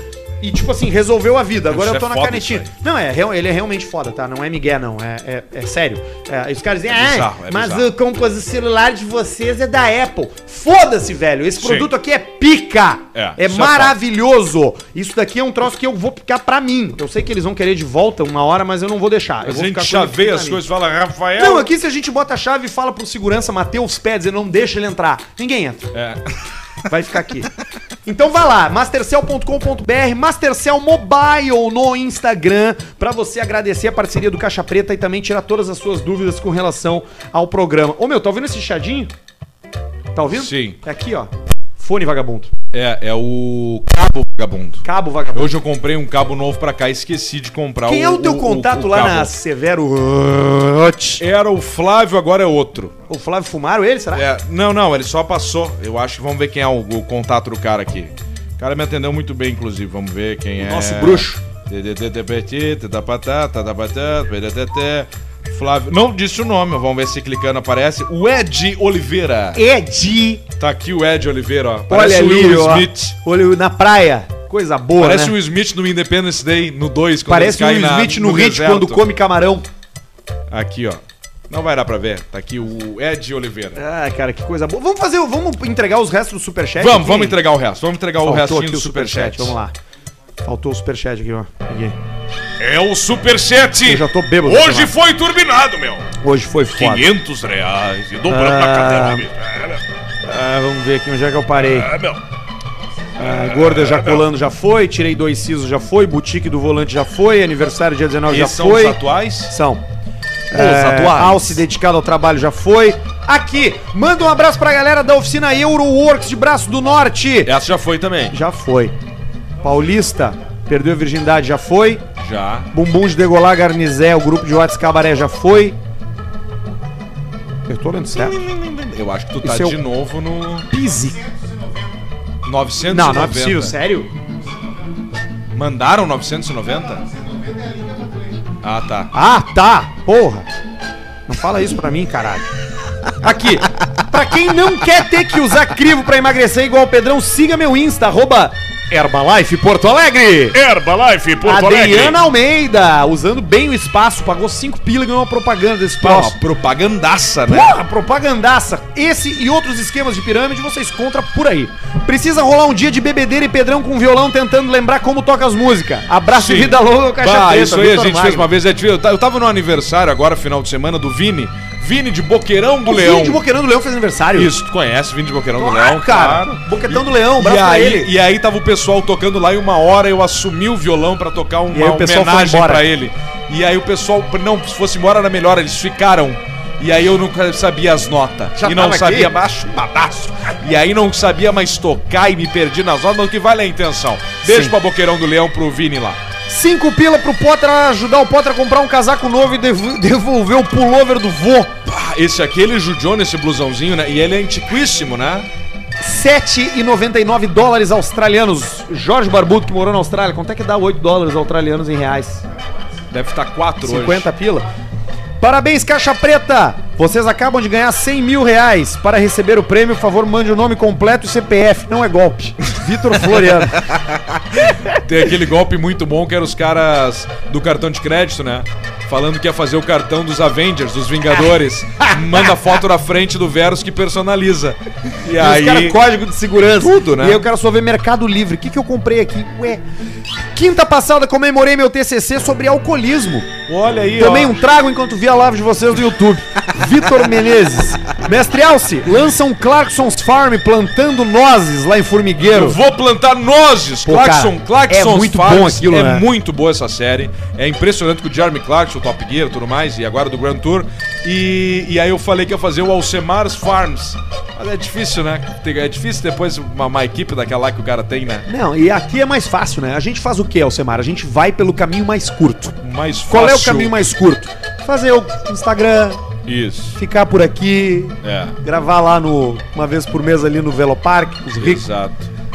E, tipo assim, resolveu a vida. Agora
Isso
eu tô
é
na
foda
canetinha.
isso aí.
Não, é, real- ele é realmente foda, tá? Não é migué, não. É, é, é sério. É, os caras dizem, ah,
bizarro, é
mas
bizarro."
o composi- celular de vocês é da Apple. Foda-se, velho. Esse produto aqui é pica.
É,
É,
isso é
maravilhoso. Isso daqui é um troço que eu vou picar pra mim. Eu sei que eles vão querer de volta uma hora, mas eu não vou deixar. Eu
Mas
vou
a gente
ficar com ele
chaveia
pra
as
mim.
coisas e fala, Rafael.
Não, é aqui se a gente bota a chave e fala pro segurança Mateus Pé e não deixa ele entrar. Ninguém entra.
É.
Vai ficar aqui. Então vai lá, mastercell.com.br, Mastercell Mobile no Instagram, pra você agradecer a parceria do Caixa Preta e também tirar todas as suas dúvidas com relação ao programa. Ô meu, tá ouvindo esse chadinho? Tá ouvindo?
Sim.
É aqui, ó. Fone vagabundo.
É, é o cabo vagabundo.
Cabo vagabundo.
Hoje eu comprei um cabo novo pra cá e esqueci de comprar
Quem é o teu contato
o
lá
cabo.
na Severo Roth?
Era o Flávio, agora é outro.
O Flávio fumaram ele, será?
É, não, não, ele só passou. Eu acho que vamos ver quem é o, o contato do cara aqui. O cara me atendeu muito bem, inclusive. Vamos ver quem é.
nosso bruxo.
tá, Flávio. Não disse o nome, vamos ver se clicando aparece. O Ed Oliveira.
Ed.
Tá aqui o Ed Oliveira, ó.
Olha
o
ali, ó.
Smith.
Olho na praia. Coisa boa,
Parece
né?
o Smith no Independence Day, no 2. quando eles
Parece o
caem
Will
na-
Smith no, hit quando
deserto.
come camarão.
Aqui, ó. Não vai dar pra ver. Tá aqui o Ed Oliveira.
Ah, cara, que coisa boa. Vamos fazer, o- vamos entregar os restos do superchat?
Vamos,
aqui?
vamos entregar o resto. Vamos entregar o
Faltou
restinho
aqui
do
o superchat.
superchat.
Vamos lá. Faltou o superchat aqui, ó. Peguei.
É o Superchat.
Eu já tô bêbado, sei
Hoje
lá.
foi turbinado, meu.
Hoje foi
é?
foda.
500 reais e dobrando a
Ah.
cada vez.
Ah, vamos ver aqui onde é que eu parei.
É, meu.
Ah, gorda Jaculando já foi, tirei dois sisos já foi, boutique do volante já foi, aniversário dia 19
Esses
já
são
foi.
os atuais?
São. É, Alce dedicado ao trabalho já foi. Aqui, manda um abraço pra galera da oficina Euroworks de Braço do Norte.
Essa já foi também.
Já foi. Paulista, perdeu a virgindade, já foi.
Já.
Bumbum de Degolar Garnizé, o grupo de Whats Cabaré já foi. Eu tô lendo certo.
Eu acho que tu tá
Esse é o-
de novo no
Pise.
990.
Não, não é possível, sério?
Mandaram 990? Ah, tá.
Ah, tá! Porra! Não fala isso pra mim, caralho. Aqui, pra quem não quer ter que usar crivo pra emagrecer igual o Pedrão, siga meu Insta, arroba Herbalife Porto Alegre.
Herbalife Porto
Adriana
Alegre.
Almeida, usando bem o espaço, pagou 5 pila e ganhou uma propaganda desse
Uma
troço.
propagandaça, né?
Porra, propagandaça! Esse e outros esquemas de pirâmide você encontra por aí. Precisa rolar um dia de bebedeira e Pedrão com violão tentando lembrar como toca as músicas. Abraço
Sim.
e Ah, vida longa, caixa
Bah,
preta,
isso aí a
Vitor
gente fez
Magno.
uma vez. é, Eu ta- eu tava no aniversário agora, final de semana, do Vini. Vini de Boqueirão do
O
um Leão.
Vini de Boqueirão do Leão fez aniversário.
Isso, tu conhece Vini de Boqueirão do
Claro,
Leão,
cara.
claro.
Boquetão do
E
Leão, abraço pra
aí,
ele.
e aí tava o pessoal tocando lá e uma hora eu assumi o violão pra tocar uma
E aí o pessoal foi
homenagem
embora.
pra ele. E aí o pessoal, não, se fosse embora era melhor, eles ficaram. E aí eu nunca sabia as notas.
Já
e não
tava
sabia
aqui?
baixo, badaço. E aí não sabia mais tocar e me perdi nas notas, mas o que vale é a intenção. Beijo pra Boqueirão do Leão pro Vini lá.
Cinco pila pro Potter ajudar o Potter a comprar um casaco novo e dev- devolver o pullover do vô.
Pá, esse aqui ele judiou nesse blusãozinho, né? E ele é antiquíssimo, né?
7,99 dólares australianos. Jorge Barbudo, que morou na Austrália, quanto é que dá 8 dólares australianos em reais?
Deve estar quatro hoje.
50 pila? Parabéns, Caixa Preta! Vocês acabam de ganhar 100 mil reais. Para receber o prêmio, por favor, mande o nome completo e CPF. Não é golpe. Vitor Floriano.
Tem aquele golpe muito bom que era os caras do cartão de crédito, né? Falando que ia fazer o cartão dos Avengers, dos Vingadores. Manda foto na frente do Verus que personaliza. E
Os caras,
aí.
código de segurança.
Tudo, né?
E aí o cara só vê Mercado Livre. O que, que eu comprei aqui? Ué. Quinta passada comemorei meu TCC sobre alcoolismo.
Olha aí,
Tomei
ó.
um trago enquanto via a live de vocês no YouTube. Vitor Menezes. Mestre Alce, lança um Clarkson's Farm plantando nozes lá em
Eu
Formigueiro.
vou plantar nozes,
Pô,
Clarkson,
cara,
Clarkson
é muito
Farms.
bom aquilo,
É
né?
muito boa essa série. É impressionante que o Jeremy Clarkson, o Top Gear, tudo mais, e agora do Grand Tour. E, e aí eu falei que ia fazer o Alcemar's Farms. Mas é difícil, né? Tem- É difícil depois uma, uma equipe daquela lá que o cara tem, né?
Não, e aqui é mais fácil, né? A gente faz o quê, Alcemar? A gente vai pelo caminho mais curto.
Mais fácil.
Qual é o caminho mais curto? Fazer o Instagram,
Isso.
ficar por aqui,
É.
gravar lá no uma vez por mês ali no Velopark, os ricos.
Exato.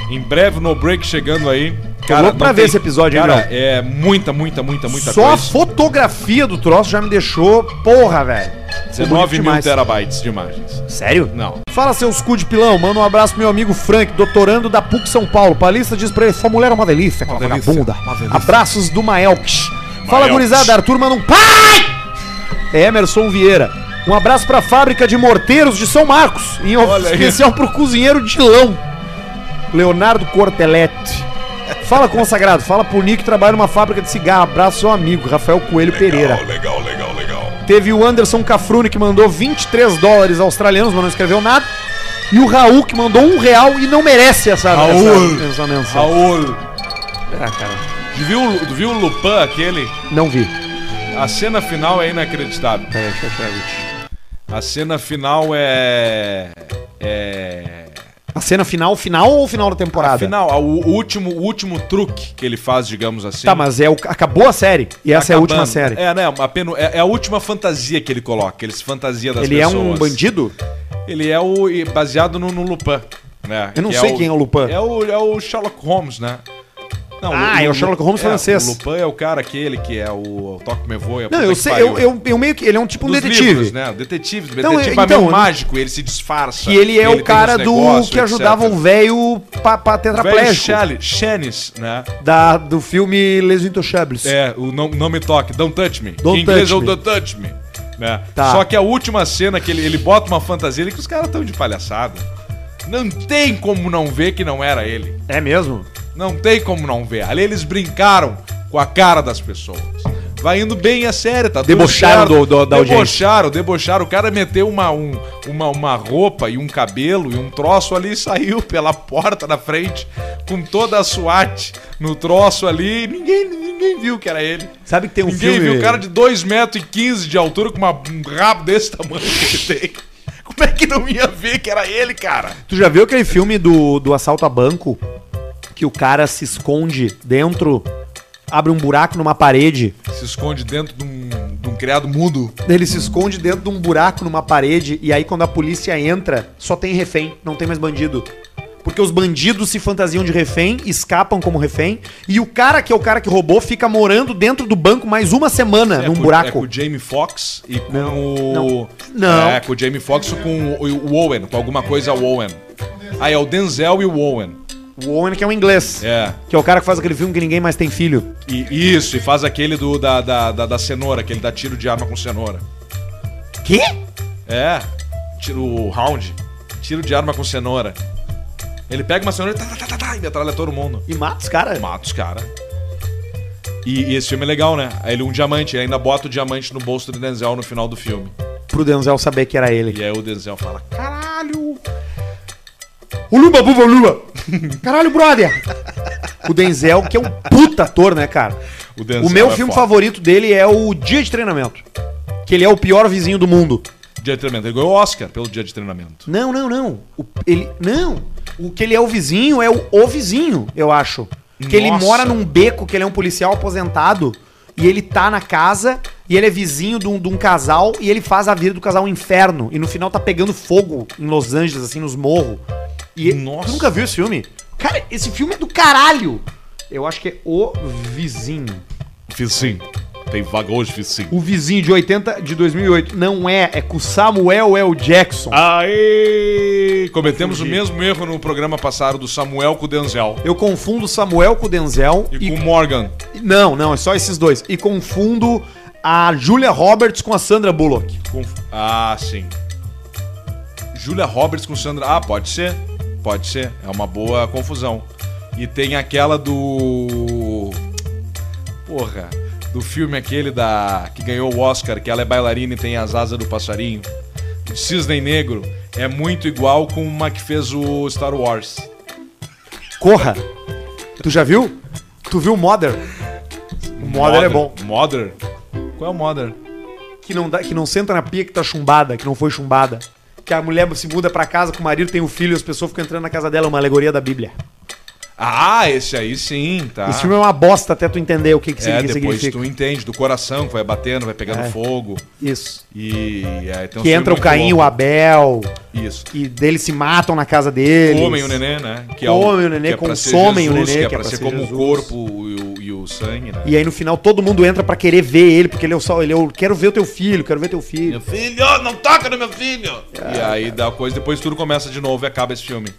Em breve, no break chegando aí.
Tô louco
não
pra ver esse episódio, hein,
Cara,
meu?
é muita, muita, muita, é muita
Só a
coisa.
fotografia do troço já me deixou porra, velho. Ficou é bonito
19 mil
demais.
terabytes de imagens.
Sério?
Não.
Fala seus cu de pilão, manda um abraço pro meu amigo Frank, doutorando da PUC São Paulo. Palista diz pra ele, sua mulher é uma delícia, aquela vagabunda. Abraços do Maelksh. Fala
Maelksh.
gurizada, Arthur manda um pai! É Emerson Vieira. Um abraço pra fábrica de morteiros de São Marcos, em
Olha aí.
especial pro cozinheiro Dilão, Leonardo Corteletti. Fala consagrado, fala pro Nick que trabalha numa fábrica de cigarro. Abraço seu amigo, Rafael Coelho Pereira.
Legal, legal, legal.
Teve o Anderson Cafrune que mandou 23 dólares australianos, mas não escreveu nada. E o Raul que mandou um real e não merece essa,
Raul.
essa, essa menção.
Raul.
Ah,
Viu, o Lu- viu o Lupin aquele?
Não vi.
A cena final é inacreditável.
Peraí, deixa eu achar aqui.
A cena final é. É.
A cena final, final ou final da temporada?
Final, a- o último, o último truque que ele faz, digamos assim.
Tá, mas é o, acabou a série. E essa é a última
Acabando.
série.
É, né? A penu- é, é a última fantasia que ele coloca. Ele se fantasia das
Ele
pessoas.
é um bandido?
Ele é o e baseado no, no Lupin. Né?
Eu não
Que
sei quem é o Lupin.
É o, é o Sherlock Holmes, né? Não,
Ah, é o Sherlock Holmes francês.
O Lupin é o cara aquele que é o, o Toque Me Voa.
Não, eu sei, eu, eu, eu meio que. Ele é um tipo um detetive.
Livros, né? Detetive,
Então,
detetive
então,
é meio
eu-
mágico, ele se disfarça.
Que ele é
tem
o cara
os
do
negócios,
que ajudava
etc.
o velho pra, pra
velho
tetraplégico
Shelley- Shannis, né?
da, do filme Les Intouchables.
É, o não, não me toque, don't touch me.
Don't
em inglês
touch
é o
me.
don't touch me. Né?
Tá.
Só que a última cena que ele, ele bota uma fantasia ali que os caras estão de palhaçada. Não tem como não ver que não era ele.
É mesmo?
Não tem como não ver. Ali eles brincaram com a cara das pessoas. Vai indo bem a série, tá? tudo
Debocharam
certo.
do- do- da audiência.
Debocharam, debocharam. O cara meteu uma, um- uma, uma roupa e um cabelo e um troço ali e saiu pela porta da frente com toda a SWAT no troço ali. e Ninguém, ninguém viu que era ele.
Sabe que tem um
ninguém
filme.
viu. O cara de 2,15m de altura com uma- um rabo desse tamanho que ele tem. Como é que não ia ver que era ele, cara?
Tu já viu aquele filme do, do assalto a banco? Que o cara se esconde dentro, abre um buraco numa parede.
Se esconde dentro de um, de um criado mudo.
Ele se esconde dentro de um buraco numa parede. E aí, quando a polícia entra, só tem refém, não tem mais bandido. Porque os bandidos se fantasiam de refém, escapam como refém. E o cara, que é o cara que roubou, fica morando dentro do banco mais uma semana num
com- É com
um buraco.
o Jamie Foxx e com
não.
o.
Não.
É, com o Jamie Foxx e com o, o Owen, com alguma coisa Owen. Aí é o Denzel e o Owen.
O Owen, que é um inglês.
É.
Que é o cara que faz aquele filme que ninguém mais tem filho.
E isso, e faz aquele do da, da, da, da cenoura, aquele dá tiro de arma com cenoura.
Quê?
É. Tiro o round. Tiro de arma com cenoura. Ele pega uma cenoura e tá, tá, tá, tá, tá, e metralha todo mundo.
E mata os caras.
Mata os cara. E, e esse filme é legal, né? Aí Ele um diamante, ele ainda bota o diamante no bolso do Denzel no final do filme.
pro Denzel saber que era ele.
E aí o Denzel fala, caralho!
Ulumba, buba, ulumba! Caralho, brother! O Denzel, que é um puta ator, né, cara?
O Denzel
O meu
é
filme
foda.
favorito dele é o Dia de Treinamento. Que ele é o pior vizinho do mundo.
Dia de treinamento. Ele ganhou o Oscar pelo dia de treinamento.
Não, não, não. O, ele, não. O que ele é o vizinho é o, o vizinho, eu acho. Que ele
Nossa.
mora num beco, que ele é um policial aposentado. E ele tá na casa, e ele é vizinho de um, de um casal, e ele faz a vida do casal um inferno. E no final tá pegando fogo em Los Angeles, assim, nos morros. E
Nossa.
Tu nunca viu esse filme? Cara, esse filme é do caralho! Eu acho que é O Vizinho.
Fiz sim. Tem vaga hoje, fiz sim.
O Vizinho de 80, de 2008. Não é, é com Samuel L. Jackson.
Aê! Cometemos o mesmo erro no programa passado do Samuel com o Denzel.
Eu confundo Samuel com o Denzel
E, com o Morgan.
Não, não, é só esses dois. E confundo a Julia Roberts com a Sandra Bullock.
Com- Ah, sim. Julia Roberts com Sandra. Ah, pode ser. Pode ser. É uma boa confusão. E tem aquela do. Porra. Do filme aquele da. que ganhou o Oscar, que ela é bailarina e tem as asas do passarinho. O Cisne Negro é muito igual com uma que fez o Star Wars.
Corra! Tu já viu? Tu viu Mother? O Mother é bom.
Mother? Qual é o Mother?
Que não, dá, que não senta na pia que tá chumbada, que não foi chumbada. Que a mulher se muda pra casa com o marido, tem um filho e as pessoas ficam entrando na casa dela. É uma alegoria da Bíblia.
Ah, esse aí sim, tá.
Esse filme é uma bosta até tu entender o que, que
é,
significa.
depois tu
significa.
entende, do coração que vai batendo, vai pegando
É.
fogo.
Isso.
E aí tem É um
que
filme
entra o
muito
Caim,
louco.
o Abel,
Isso.
que deles se matam na casa deles.
Eles... Comem o nenê, né? Que
Comem o nenê,
que pra ser
consomem
Jesus,
o nenê,
que é pra ser, como
Jesus.
o corpo e o, e o sangue, né?
E aí no final todo mundo entra pra querer ver ele, porque ele é o só, ele é o quero ver o teu filho, quero ver teu filho.
filho, não toca no meu filho! e aí dá coisa, depois tudo começa de novo e acaba esse filme.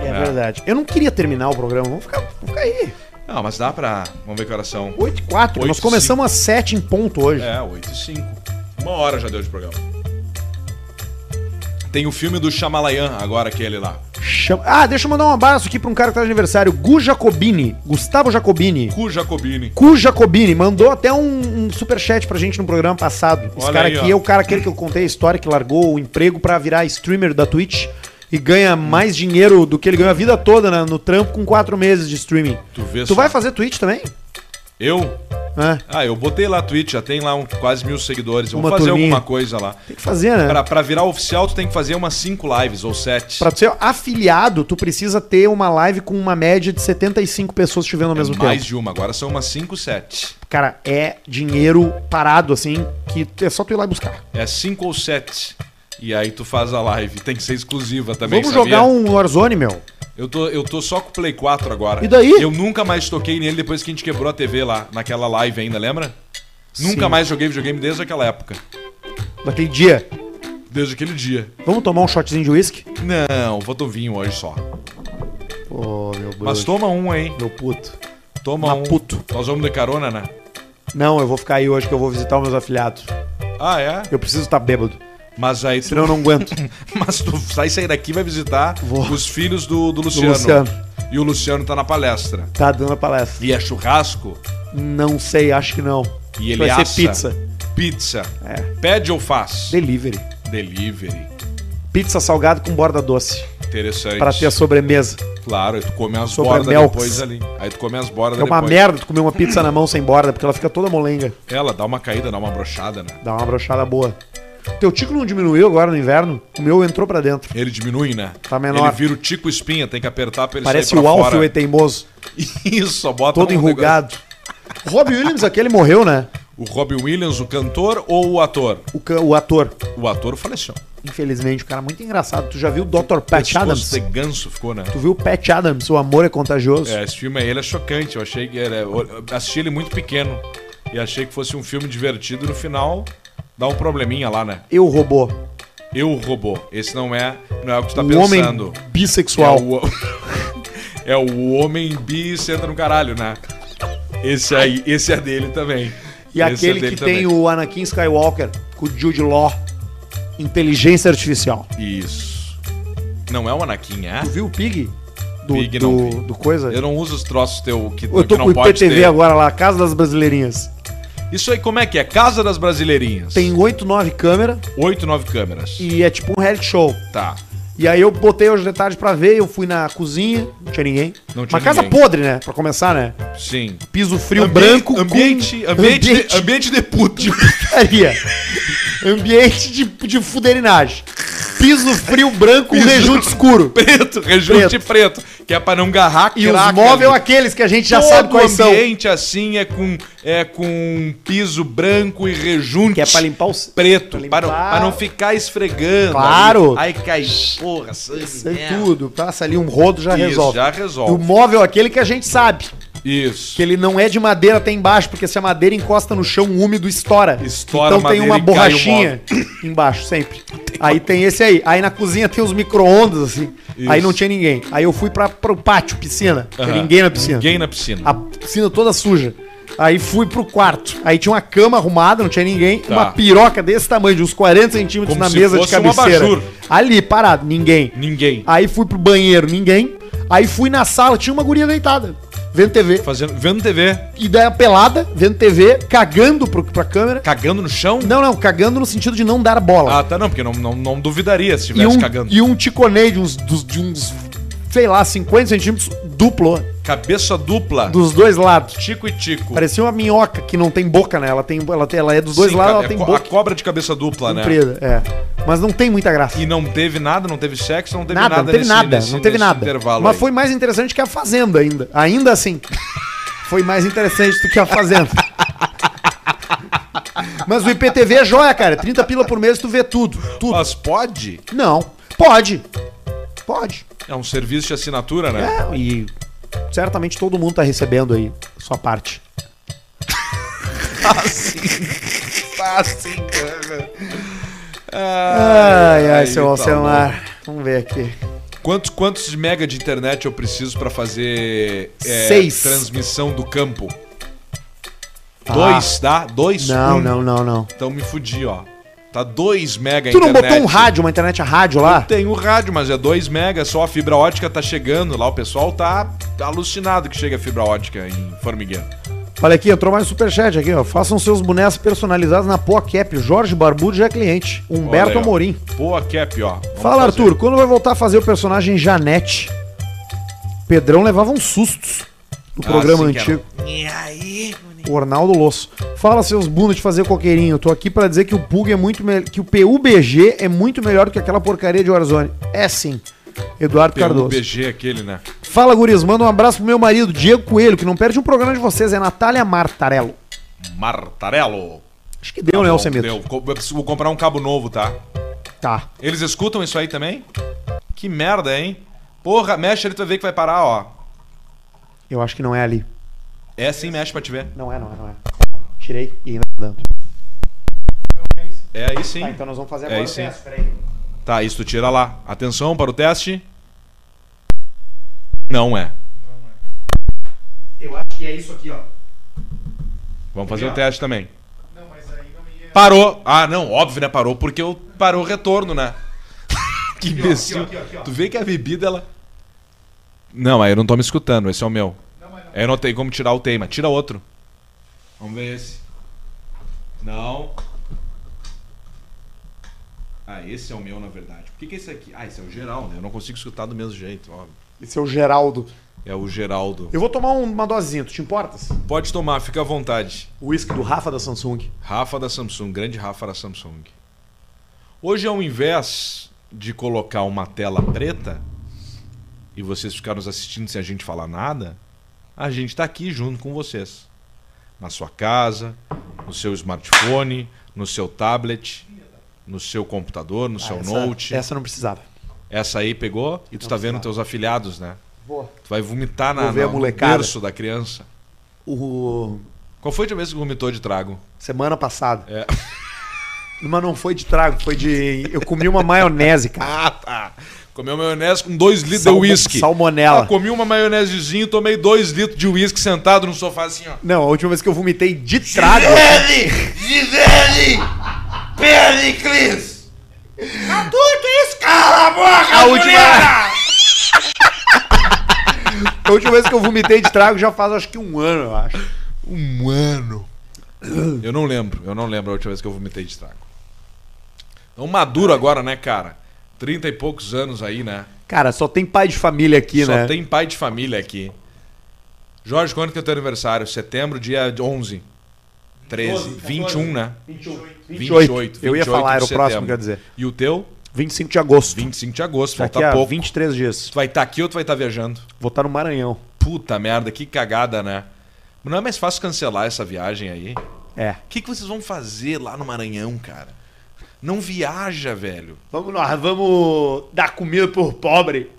É, verdade. Eu não queria terminar o programa, vamos ficar, vamos ficar aí.
Não, mas dá pra. Vamos ver que horas são.
8 e 4.
Oito
Nós
e
começamos às 7 em ponto hoje.
É, 8 e 5. Uma hora já deu de programa. Tem o filme do Shamalayan, agora aquele lá.
Chama- Ah, deixa eu mandar um abraço aqui pra um cara que tá de aniversário, Gu Jacobini, Gustavo Jacobini.
Cu Jacobini.
Cu Jacobini mandou até um, um superchat pra gente no programa passado. Esse
Olha
cara
aí,
aqui
ó.
é o cara aquele que eu contei a história que largou o emprego pra virar streamer da Twitch e ganha mais dinheiro do que ele ganhou a vida toda né, no trampo com 4 meses de streaming.
Tu vê
Tu
só.
vai fazer Twitch também?
Eu?
É.
Ah, eu botei lá a Twitch, já tem lá um, quase mil seguidores. Eu vou
Uma
fazer
turminha.
alguma coisa lá.
Tem que fazer, né?
Pra, pra virar oficial, tu tem que fazer umas 5 lives ou 7.
Pra tu ser afiliado, tu precisa ter uma live com uma média de 75 pessoas te vendo ao mesmo
É Mais
tempo.
de uma, agora são umas 5, 7.
Cara, é dinheiro parado, assim, que é só tu ir lá e buscar.
É 5 ou 7. E aí tu faz a live. Tem que ser exclusiva também,
Vamos
sabia?
jogar um Warzone, meu?
Eu tô, eu tô só com o Play 4 agora.
E daí?
Eu nunca mais toquei nele depois que a gente quebrou a TV lá, naquela live ainda, lembra? Nunca mais joguei videogame desde aquela época.
Daquele dia.
Desde aquele dia.
Vamos tomar um shotzinho de uísque?
Não, vou tomar vinho hoje só.
Ô, meu
Mas
bruxo.
toma um, hein?
Meu puto.
Toma um.
Maputo.
Nós vamos de carona, né?
Não, eu vou ficar aí hoje que eu vou visitar os meus afiliados.
Ah, é?
Eu preciso estar bêbado,
Mas aí tu
senão eu não aguento.
Mas tu sai sair daqui e vai visitar
Vou.
os filhos do, do Luciano.
Luciano.
E o Luciano tá na palestra.
tá dando a palestra.
E é churrasco
Não sei, acho que não.
e ele
Vai
assa.
ser pizza.
Pizza.
É.
Pede ou faz?
Delivery.
Delivery.
Pizza salgado com borda doce.
Interessante.
Pra ter a sobremesa.
Claro, aí tu come as
Sobre
bordas
melks.
depois ali. Aí tu come as bordas
É uma
depois.
merda tu comer uma pizza na mão sem borda, porque ela fica toda molenga.
Ela dá uma caída, dá uma brochada, né?
Dá uma brochada boa. Teu tico não diminuiu agora no inverno? O meu entrou pra dentro.
Ele diminui, né?
Tá menor.
Ele vira o tico espinha, tem que apertar pra ele
Parece
sair
o
é pra
Alf,
fora.
o teimoso.
Isso, só bota
Tá Todo
um negócio-
enrugado. O Robbie Williams, aquele morreu, né?
O Robbie Williams, o cantor ou o ator?
O, ca- o ator.
O ator faleceu.
Infelizmente, o cara é muito engraçado. Tu já viu o Dr. Pat Adams?
Pescoço de ganso ficou, né?
Tu viu o Pat Adams, o amor é contagioso.
É, esse filme aí ele é chocante. Eu achei que era. eu Assisti ele muito pequeno. E achei que fosse um filme divertido. No final, dá um probleminha lá, né?
Eu robô.
Eu robô. Esse não é, não é o que tu tá
o
pensando.
homem
é,
bissexual.
o... é o homem bi senta no caralho, né? Esse aí, esse é dele também. é
E aquele que tem o Anakin Skywalker com o Jude Law. Inteligência artificial.
o. Isso. Não é o Anakin, é?
Tu viu o Pig? Do,
Pig
do,
não vi.
do coisa?
Eu não uso os troços teu que,
Eu
que
tô
não
com o IPTV
ter.
agora lá, Casa das Brasileirinhas.
Isso aí como é que é? Casa das Brasileirinhas.
Tem 8, 9 câmeras
oito, nove câmeras.
e é tipo um reality show.
Tá.
E aí eu botei hoje de tarde pra ver, eu fui na cozinha, não tinha ninguém.
Não
Uma
tinha
casa
ninguém.
podre, né? Pra começar, né?
Sim.
Piso frio
Ambi-
branco. com-
Ambiente. Ambiente.
ambiente,
de- Ambiente de puto.
putaria. ambiente de, de fuderinagem. Piso frio branco com
Piso-
rejunte escuro.
preto, rejunte preto. Que é pra não garrar
E
craca,
os móveis
né?
aqueles que a gente já
Todo
sabe quais são.
ambiente assim é com, é com piso branco e rejunte.
Que é pra limpar os...
Preto,
pra limpar-
para, para não ficar esfregando.
Claro.
ali. Aí cai, porra, sangue.
Sei tudo. Passa ali um rodo, já
Isso,
resolve.
já
E
resolve.
o móvel aquele que a gente sabe.
Isso.
Que ele não é de madeira até embaixo, porque se a madeira encosta no chão úmido, estoura.
Estoura a
então tem
madeira
uma
e cai o
borrachinha embaixo, sempre. Aí tem esse aí. Aí na cozinha tem os micro-ondas, assim. Aí não tinha ninguém. Aí eu fui pra, pro pátio, piscina. Não
Aham.
Tinha ninguém na piscina.
Ninguém na piscina.
A piscina toda suja. Aí fui pro quarto. Aí tinha uma cama arrumada, não tinha ninguém. Uma piroca desse tamanho, de uns 40 centímetros
Tá. Como
na
se
mesa de
fosse um
cabeceira.
abajur.
Ali, parado, ninguém.
Ninguém.
Aí fui pro banheiro, ninguém. Aí fui na sala, tinha uma guria deitada, vendo TV.
Fazendo, vendo TV,
E daí a pelada, vendo TV, cagando pro, pra câmera.
cagando no chão?
Não, não, cagando no sentido de não dar bola.
Ah, tá, não, porque não, não, não duvidaria se
e,
estivesse
um,
cagando.
e um ticonei de uns, dos- de uns, sei lá, 50 centímetros, duplo, né?
Cabeça dupla,
dos dois lados.
tico e tico.
Parecia uma minhoca que não tem boca, né? Ela, tem, ela, tem- ela é dos dois
Sim,
lados,
cara,
ela tem
é co- A
boca
cobra de cabeça dupla, né?
comprida. É. Mas não tem muita graça.
E não teve nada, não teve sexo, não teve
nada,
nada,
não teve
nesse-
nada,
nesse-
não teve
nesse
nada.
intervalo
Mas
aí.
foi mais interessante que a Fazenda ainda. Ainda assim. foi mais interessante do que a Fazenda. Mas o IPTV é joia, cara. 30 pila por mês tu vê tudo. Tudo.
Mas pode?
Não. Pode. Pode.
É um serviço de assinatura, né?
É, e certamente todo mundo tá recebendo aí a sua parte. É. Ai, ai, seu
tá
Alcemar. Vamos ver aqui.
Quantos, quantos mega de internet eu preciso pra fazer é,
Seis.
transmissão do campo?
Ah.
Dois, dá? Dois?
Não,
Um.
não, não, não.
Então me fudi, ó. Tá dois mega
Tu não botou um rádio, uma internet a rádio lá?
Tem o rádio, mas é 2 mega, só a fibra ótica tá chegando lá. O pessoal tá alucinado que chega a fibra ótica em Formigueiro.
Olha aqui, entrou mais um superchat aqui, ó. Façam seus bonés personalizados na PoCap. Jorge Barbudo já é cliente. Humberto
Olha aí, ó.
Amorim.
Boa cap, ó. Vamos
Fala,
fazer.
Arthur, quando vai voltar a fazer o personagem Janete? Pedrão levava uns sustos do
Ah,
programa
sim,
antigo. O Arnaldo Losso. Fala, seus bundos de fazer coqueirinho. Tô aqui pra dizer que o PUG é muito me... que o PUBG é muito melhor do que aquela porcaria de Warzone. É sim. Eduardo Cardoso.
PUBG aquele, né?
Fala, guris. Manda um abraço pro meu marido, Diego Coelho, que não perde um programa de vocês. É Natália Martarello.
Martarello.
Acho que deu, né, Alcemito?
Tá Deu. Co- Eu preciso- Vou comprar um cabo novo, tá?
Tá.
Eles escutam isso aí também? Que merda, hein? Porra, mexe ali, tu vai ver que vai parar, ó.
Eu acho que não é ali.
É sim, mexe pra te ver.
Não é, não é, não é. Tirei e ainda dando.
É aí sim.
Tá, então nós vamos fazer
É
agora
isso, hein?
peraí.
Tá, isso tu tira lá. Atenção para o teste. Não é.
Eu acho que é isso aqui, ó.
Vamos fazer o teste também. Parou. Ah, não, óbvio, né? Parou porque eu parou o retorno, né? que imbecil. Tu vê que a bebida, ela... Não, aí eu não tô me escutando. Esse é o meu. Aí eu não tenho como tirar o tema. Tira outro. Vamos ver esse. Não. Ah, esse é o meu, na verdade. Por que, que é esse aqui? Ah, esse é o Geraldo. Eu não consigo escutar do mesmo jeito, óbvio.
Esse é o Geraldo.
É o Geraldo.
Eu vou tomar um- uma dosinha, tu te importas?
Pode tomar, fica à vontade.
O uísque do Rafa da Samsung.
Rafa da Samsung, grande Rafa da Samsung. Hoje, ao invés de colocar uma tela preta e vocês ficarem nos assistindo sem a gente falar nada, a gente está aqui junto com vocês. Na sua casa, no seu smartphone, no seu tablet, no seu computador, no seu
essa,
note. Essa...
Essa não precisava.
aí pegou e tu tá vendo teus afilhados, né?
Boa.
Tu vai vomitar na,
Vou ver
na,
a
no
molecada.
berço da criança.
O...
Qual foi a última vez que vomitou de trago?
Semana passada.
É.
Mas não foi de trago, foi de... Eu comi uma maionese, cara.
Ah, tá. Comeu maionese com 2 litros
Salmo-
de uísque.
salmonela.
Ah, comi uma maionesezinha e tomei 2 litros de uísque sentado no sofá assim, ó.
Não, a última vez que eu vomitei de trago...
Gisele! Gisele! Pericles! Arthur, que isso? Cala a boca,
A última-
mulher!
A última vez que eu vomitei de trago já faz acho que um ano, eu acho.
Um ano. Eu não lembro, eu não lembro a última vez que eu vomitei de trago. Então, maduro agora, né, cara? Trinta e poucos anos aí, né?
Cara, só tem pai de família aqui,
Só
né?
tem pai de família aqui. Jorge, quando que é teu aniversário? Setembro, dia 11. 13. 21, né? 28. 28
Eu ia falar, era o
de
próximo
setembro.
que eu ia dizer. é
E o teu?
25 de agosto.
25 de agosto,
Daqui
falta
a
pouco.
23 dias.
Tu vai estar aqui ou tu vai estar viajando?
Vou estar no Maranhão.
Puta merda, que cagada, né? Não é mais fácil cancelar essa viagem aí?
É.
O que, que vocês vão fazer lá no Maranhão, cara? Não viaja, velho.
Vamos nós, vamos dar comida por pobre.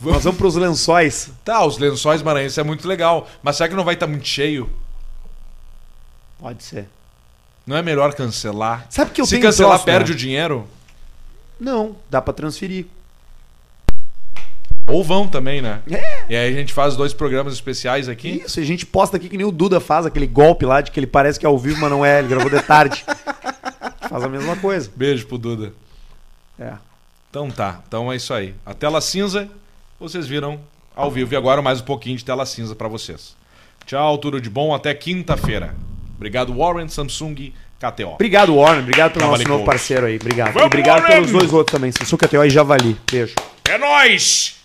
Nós vamos pros lençóis.
Tá, os lençóis maranhenses é muito legal, mas será que não vai estar muito cheio?
Pode ser.
Não é melhor cancelar?
Sabe que eu
Se
tenho um
cancelar,
troço,
perde
né?
o dinheiro?
Não, dá pra transferir.
Ou vão também, né? É. E aí a gente faz dois programas especiais aqui.
Isso, e a gente posta aqui que nem o Duda faz aquele golpe lá de que ele parece que é ao vivo, mas não é. Ele gravou de tarde. faz a mesma coisa.
Beijo pro Duda.
É.
Então tá, então é isso aí. A tela cinza, vocês viram ao vivo. E agora mais um pouquinho de tela cinza pra vocês. Tchau, tudo de bom, até quinta-feira. Obrigado, Warren, Samsung, KTO.
Obrigado, Warren. Obrigado pelo
Trabalhei
nosso novo
com
parceiro aí. Obrigado.
Vamos,
obrigado
Warren!
pelos dois outros também. Sussuca, Teó e Javali. Beijo.
É nóis!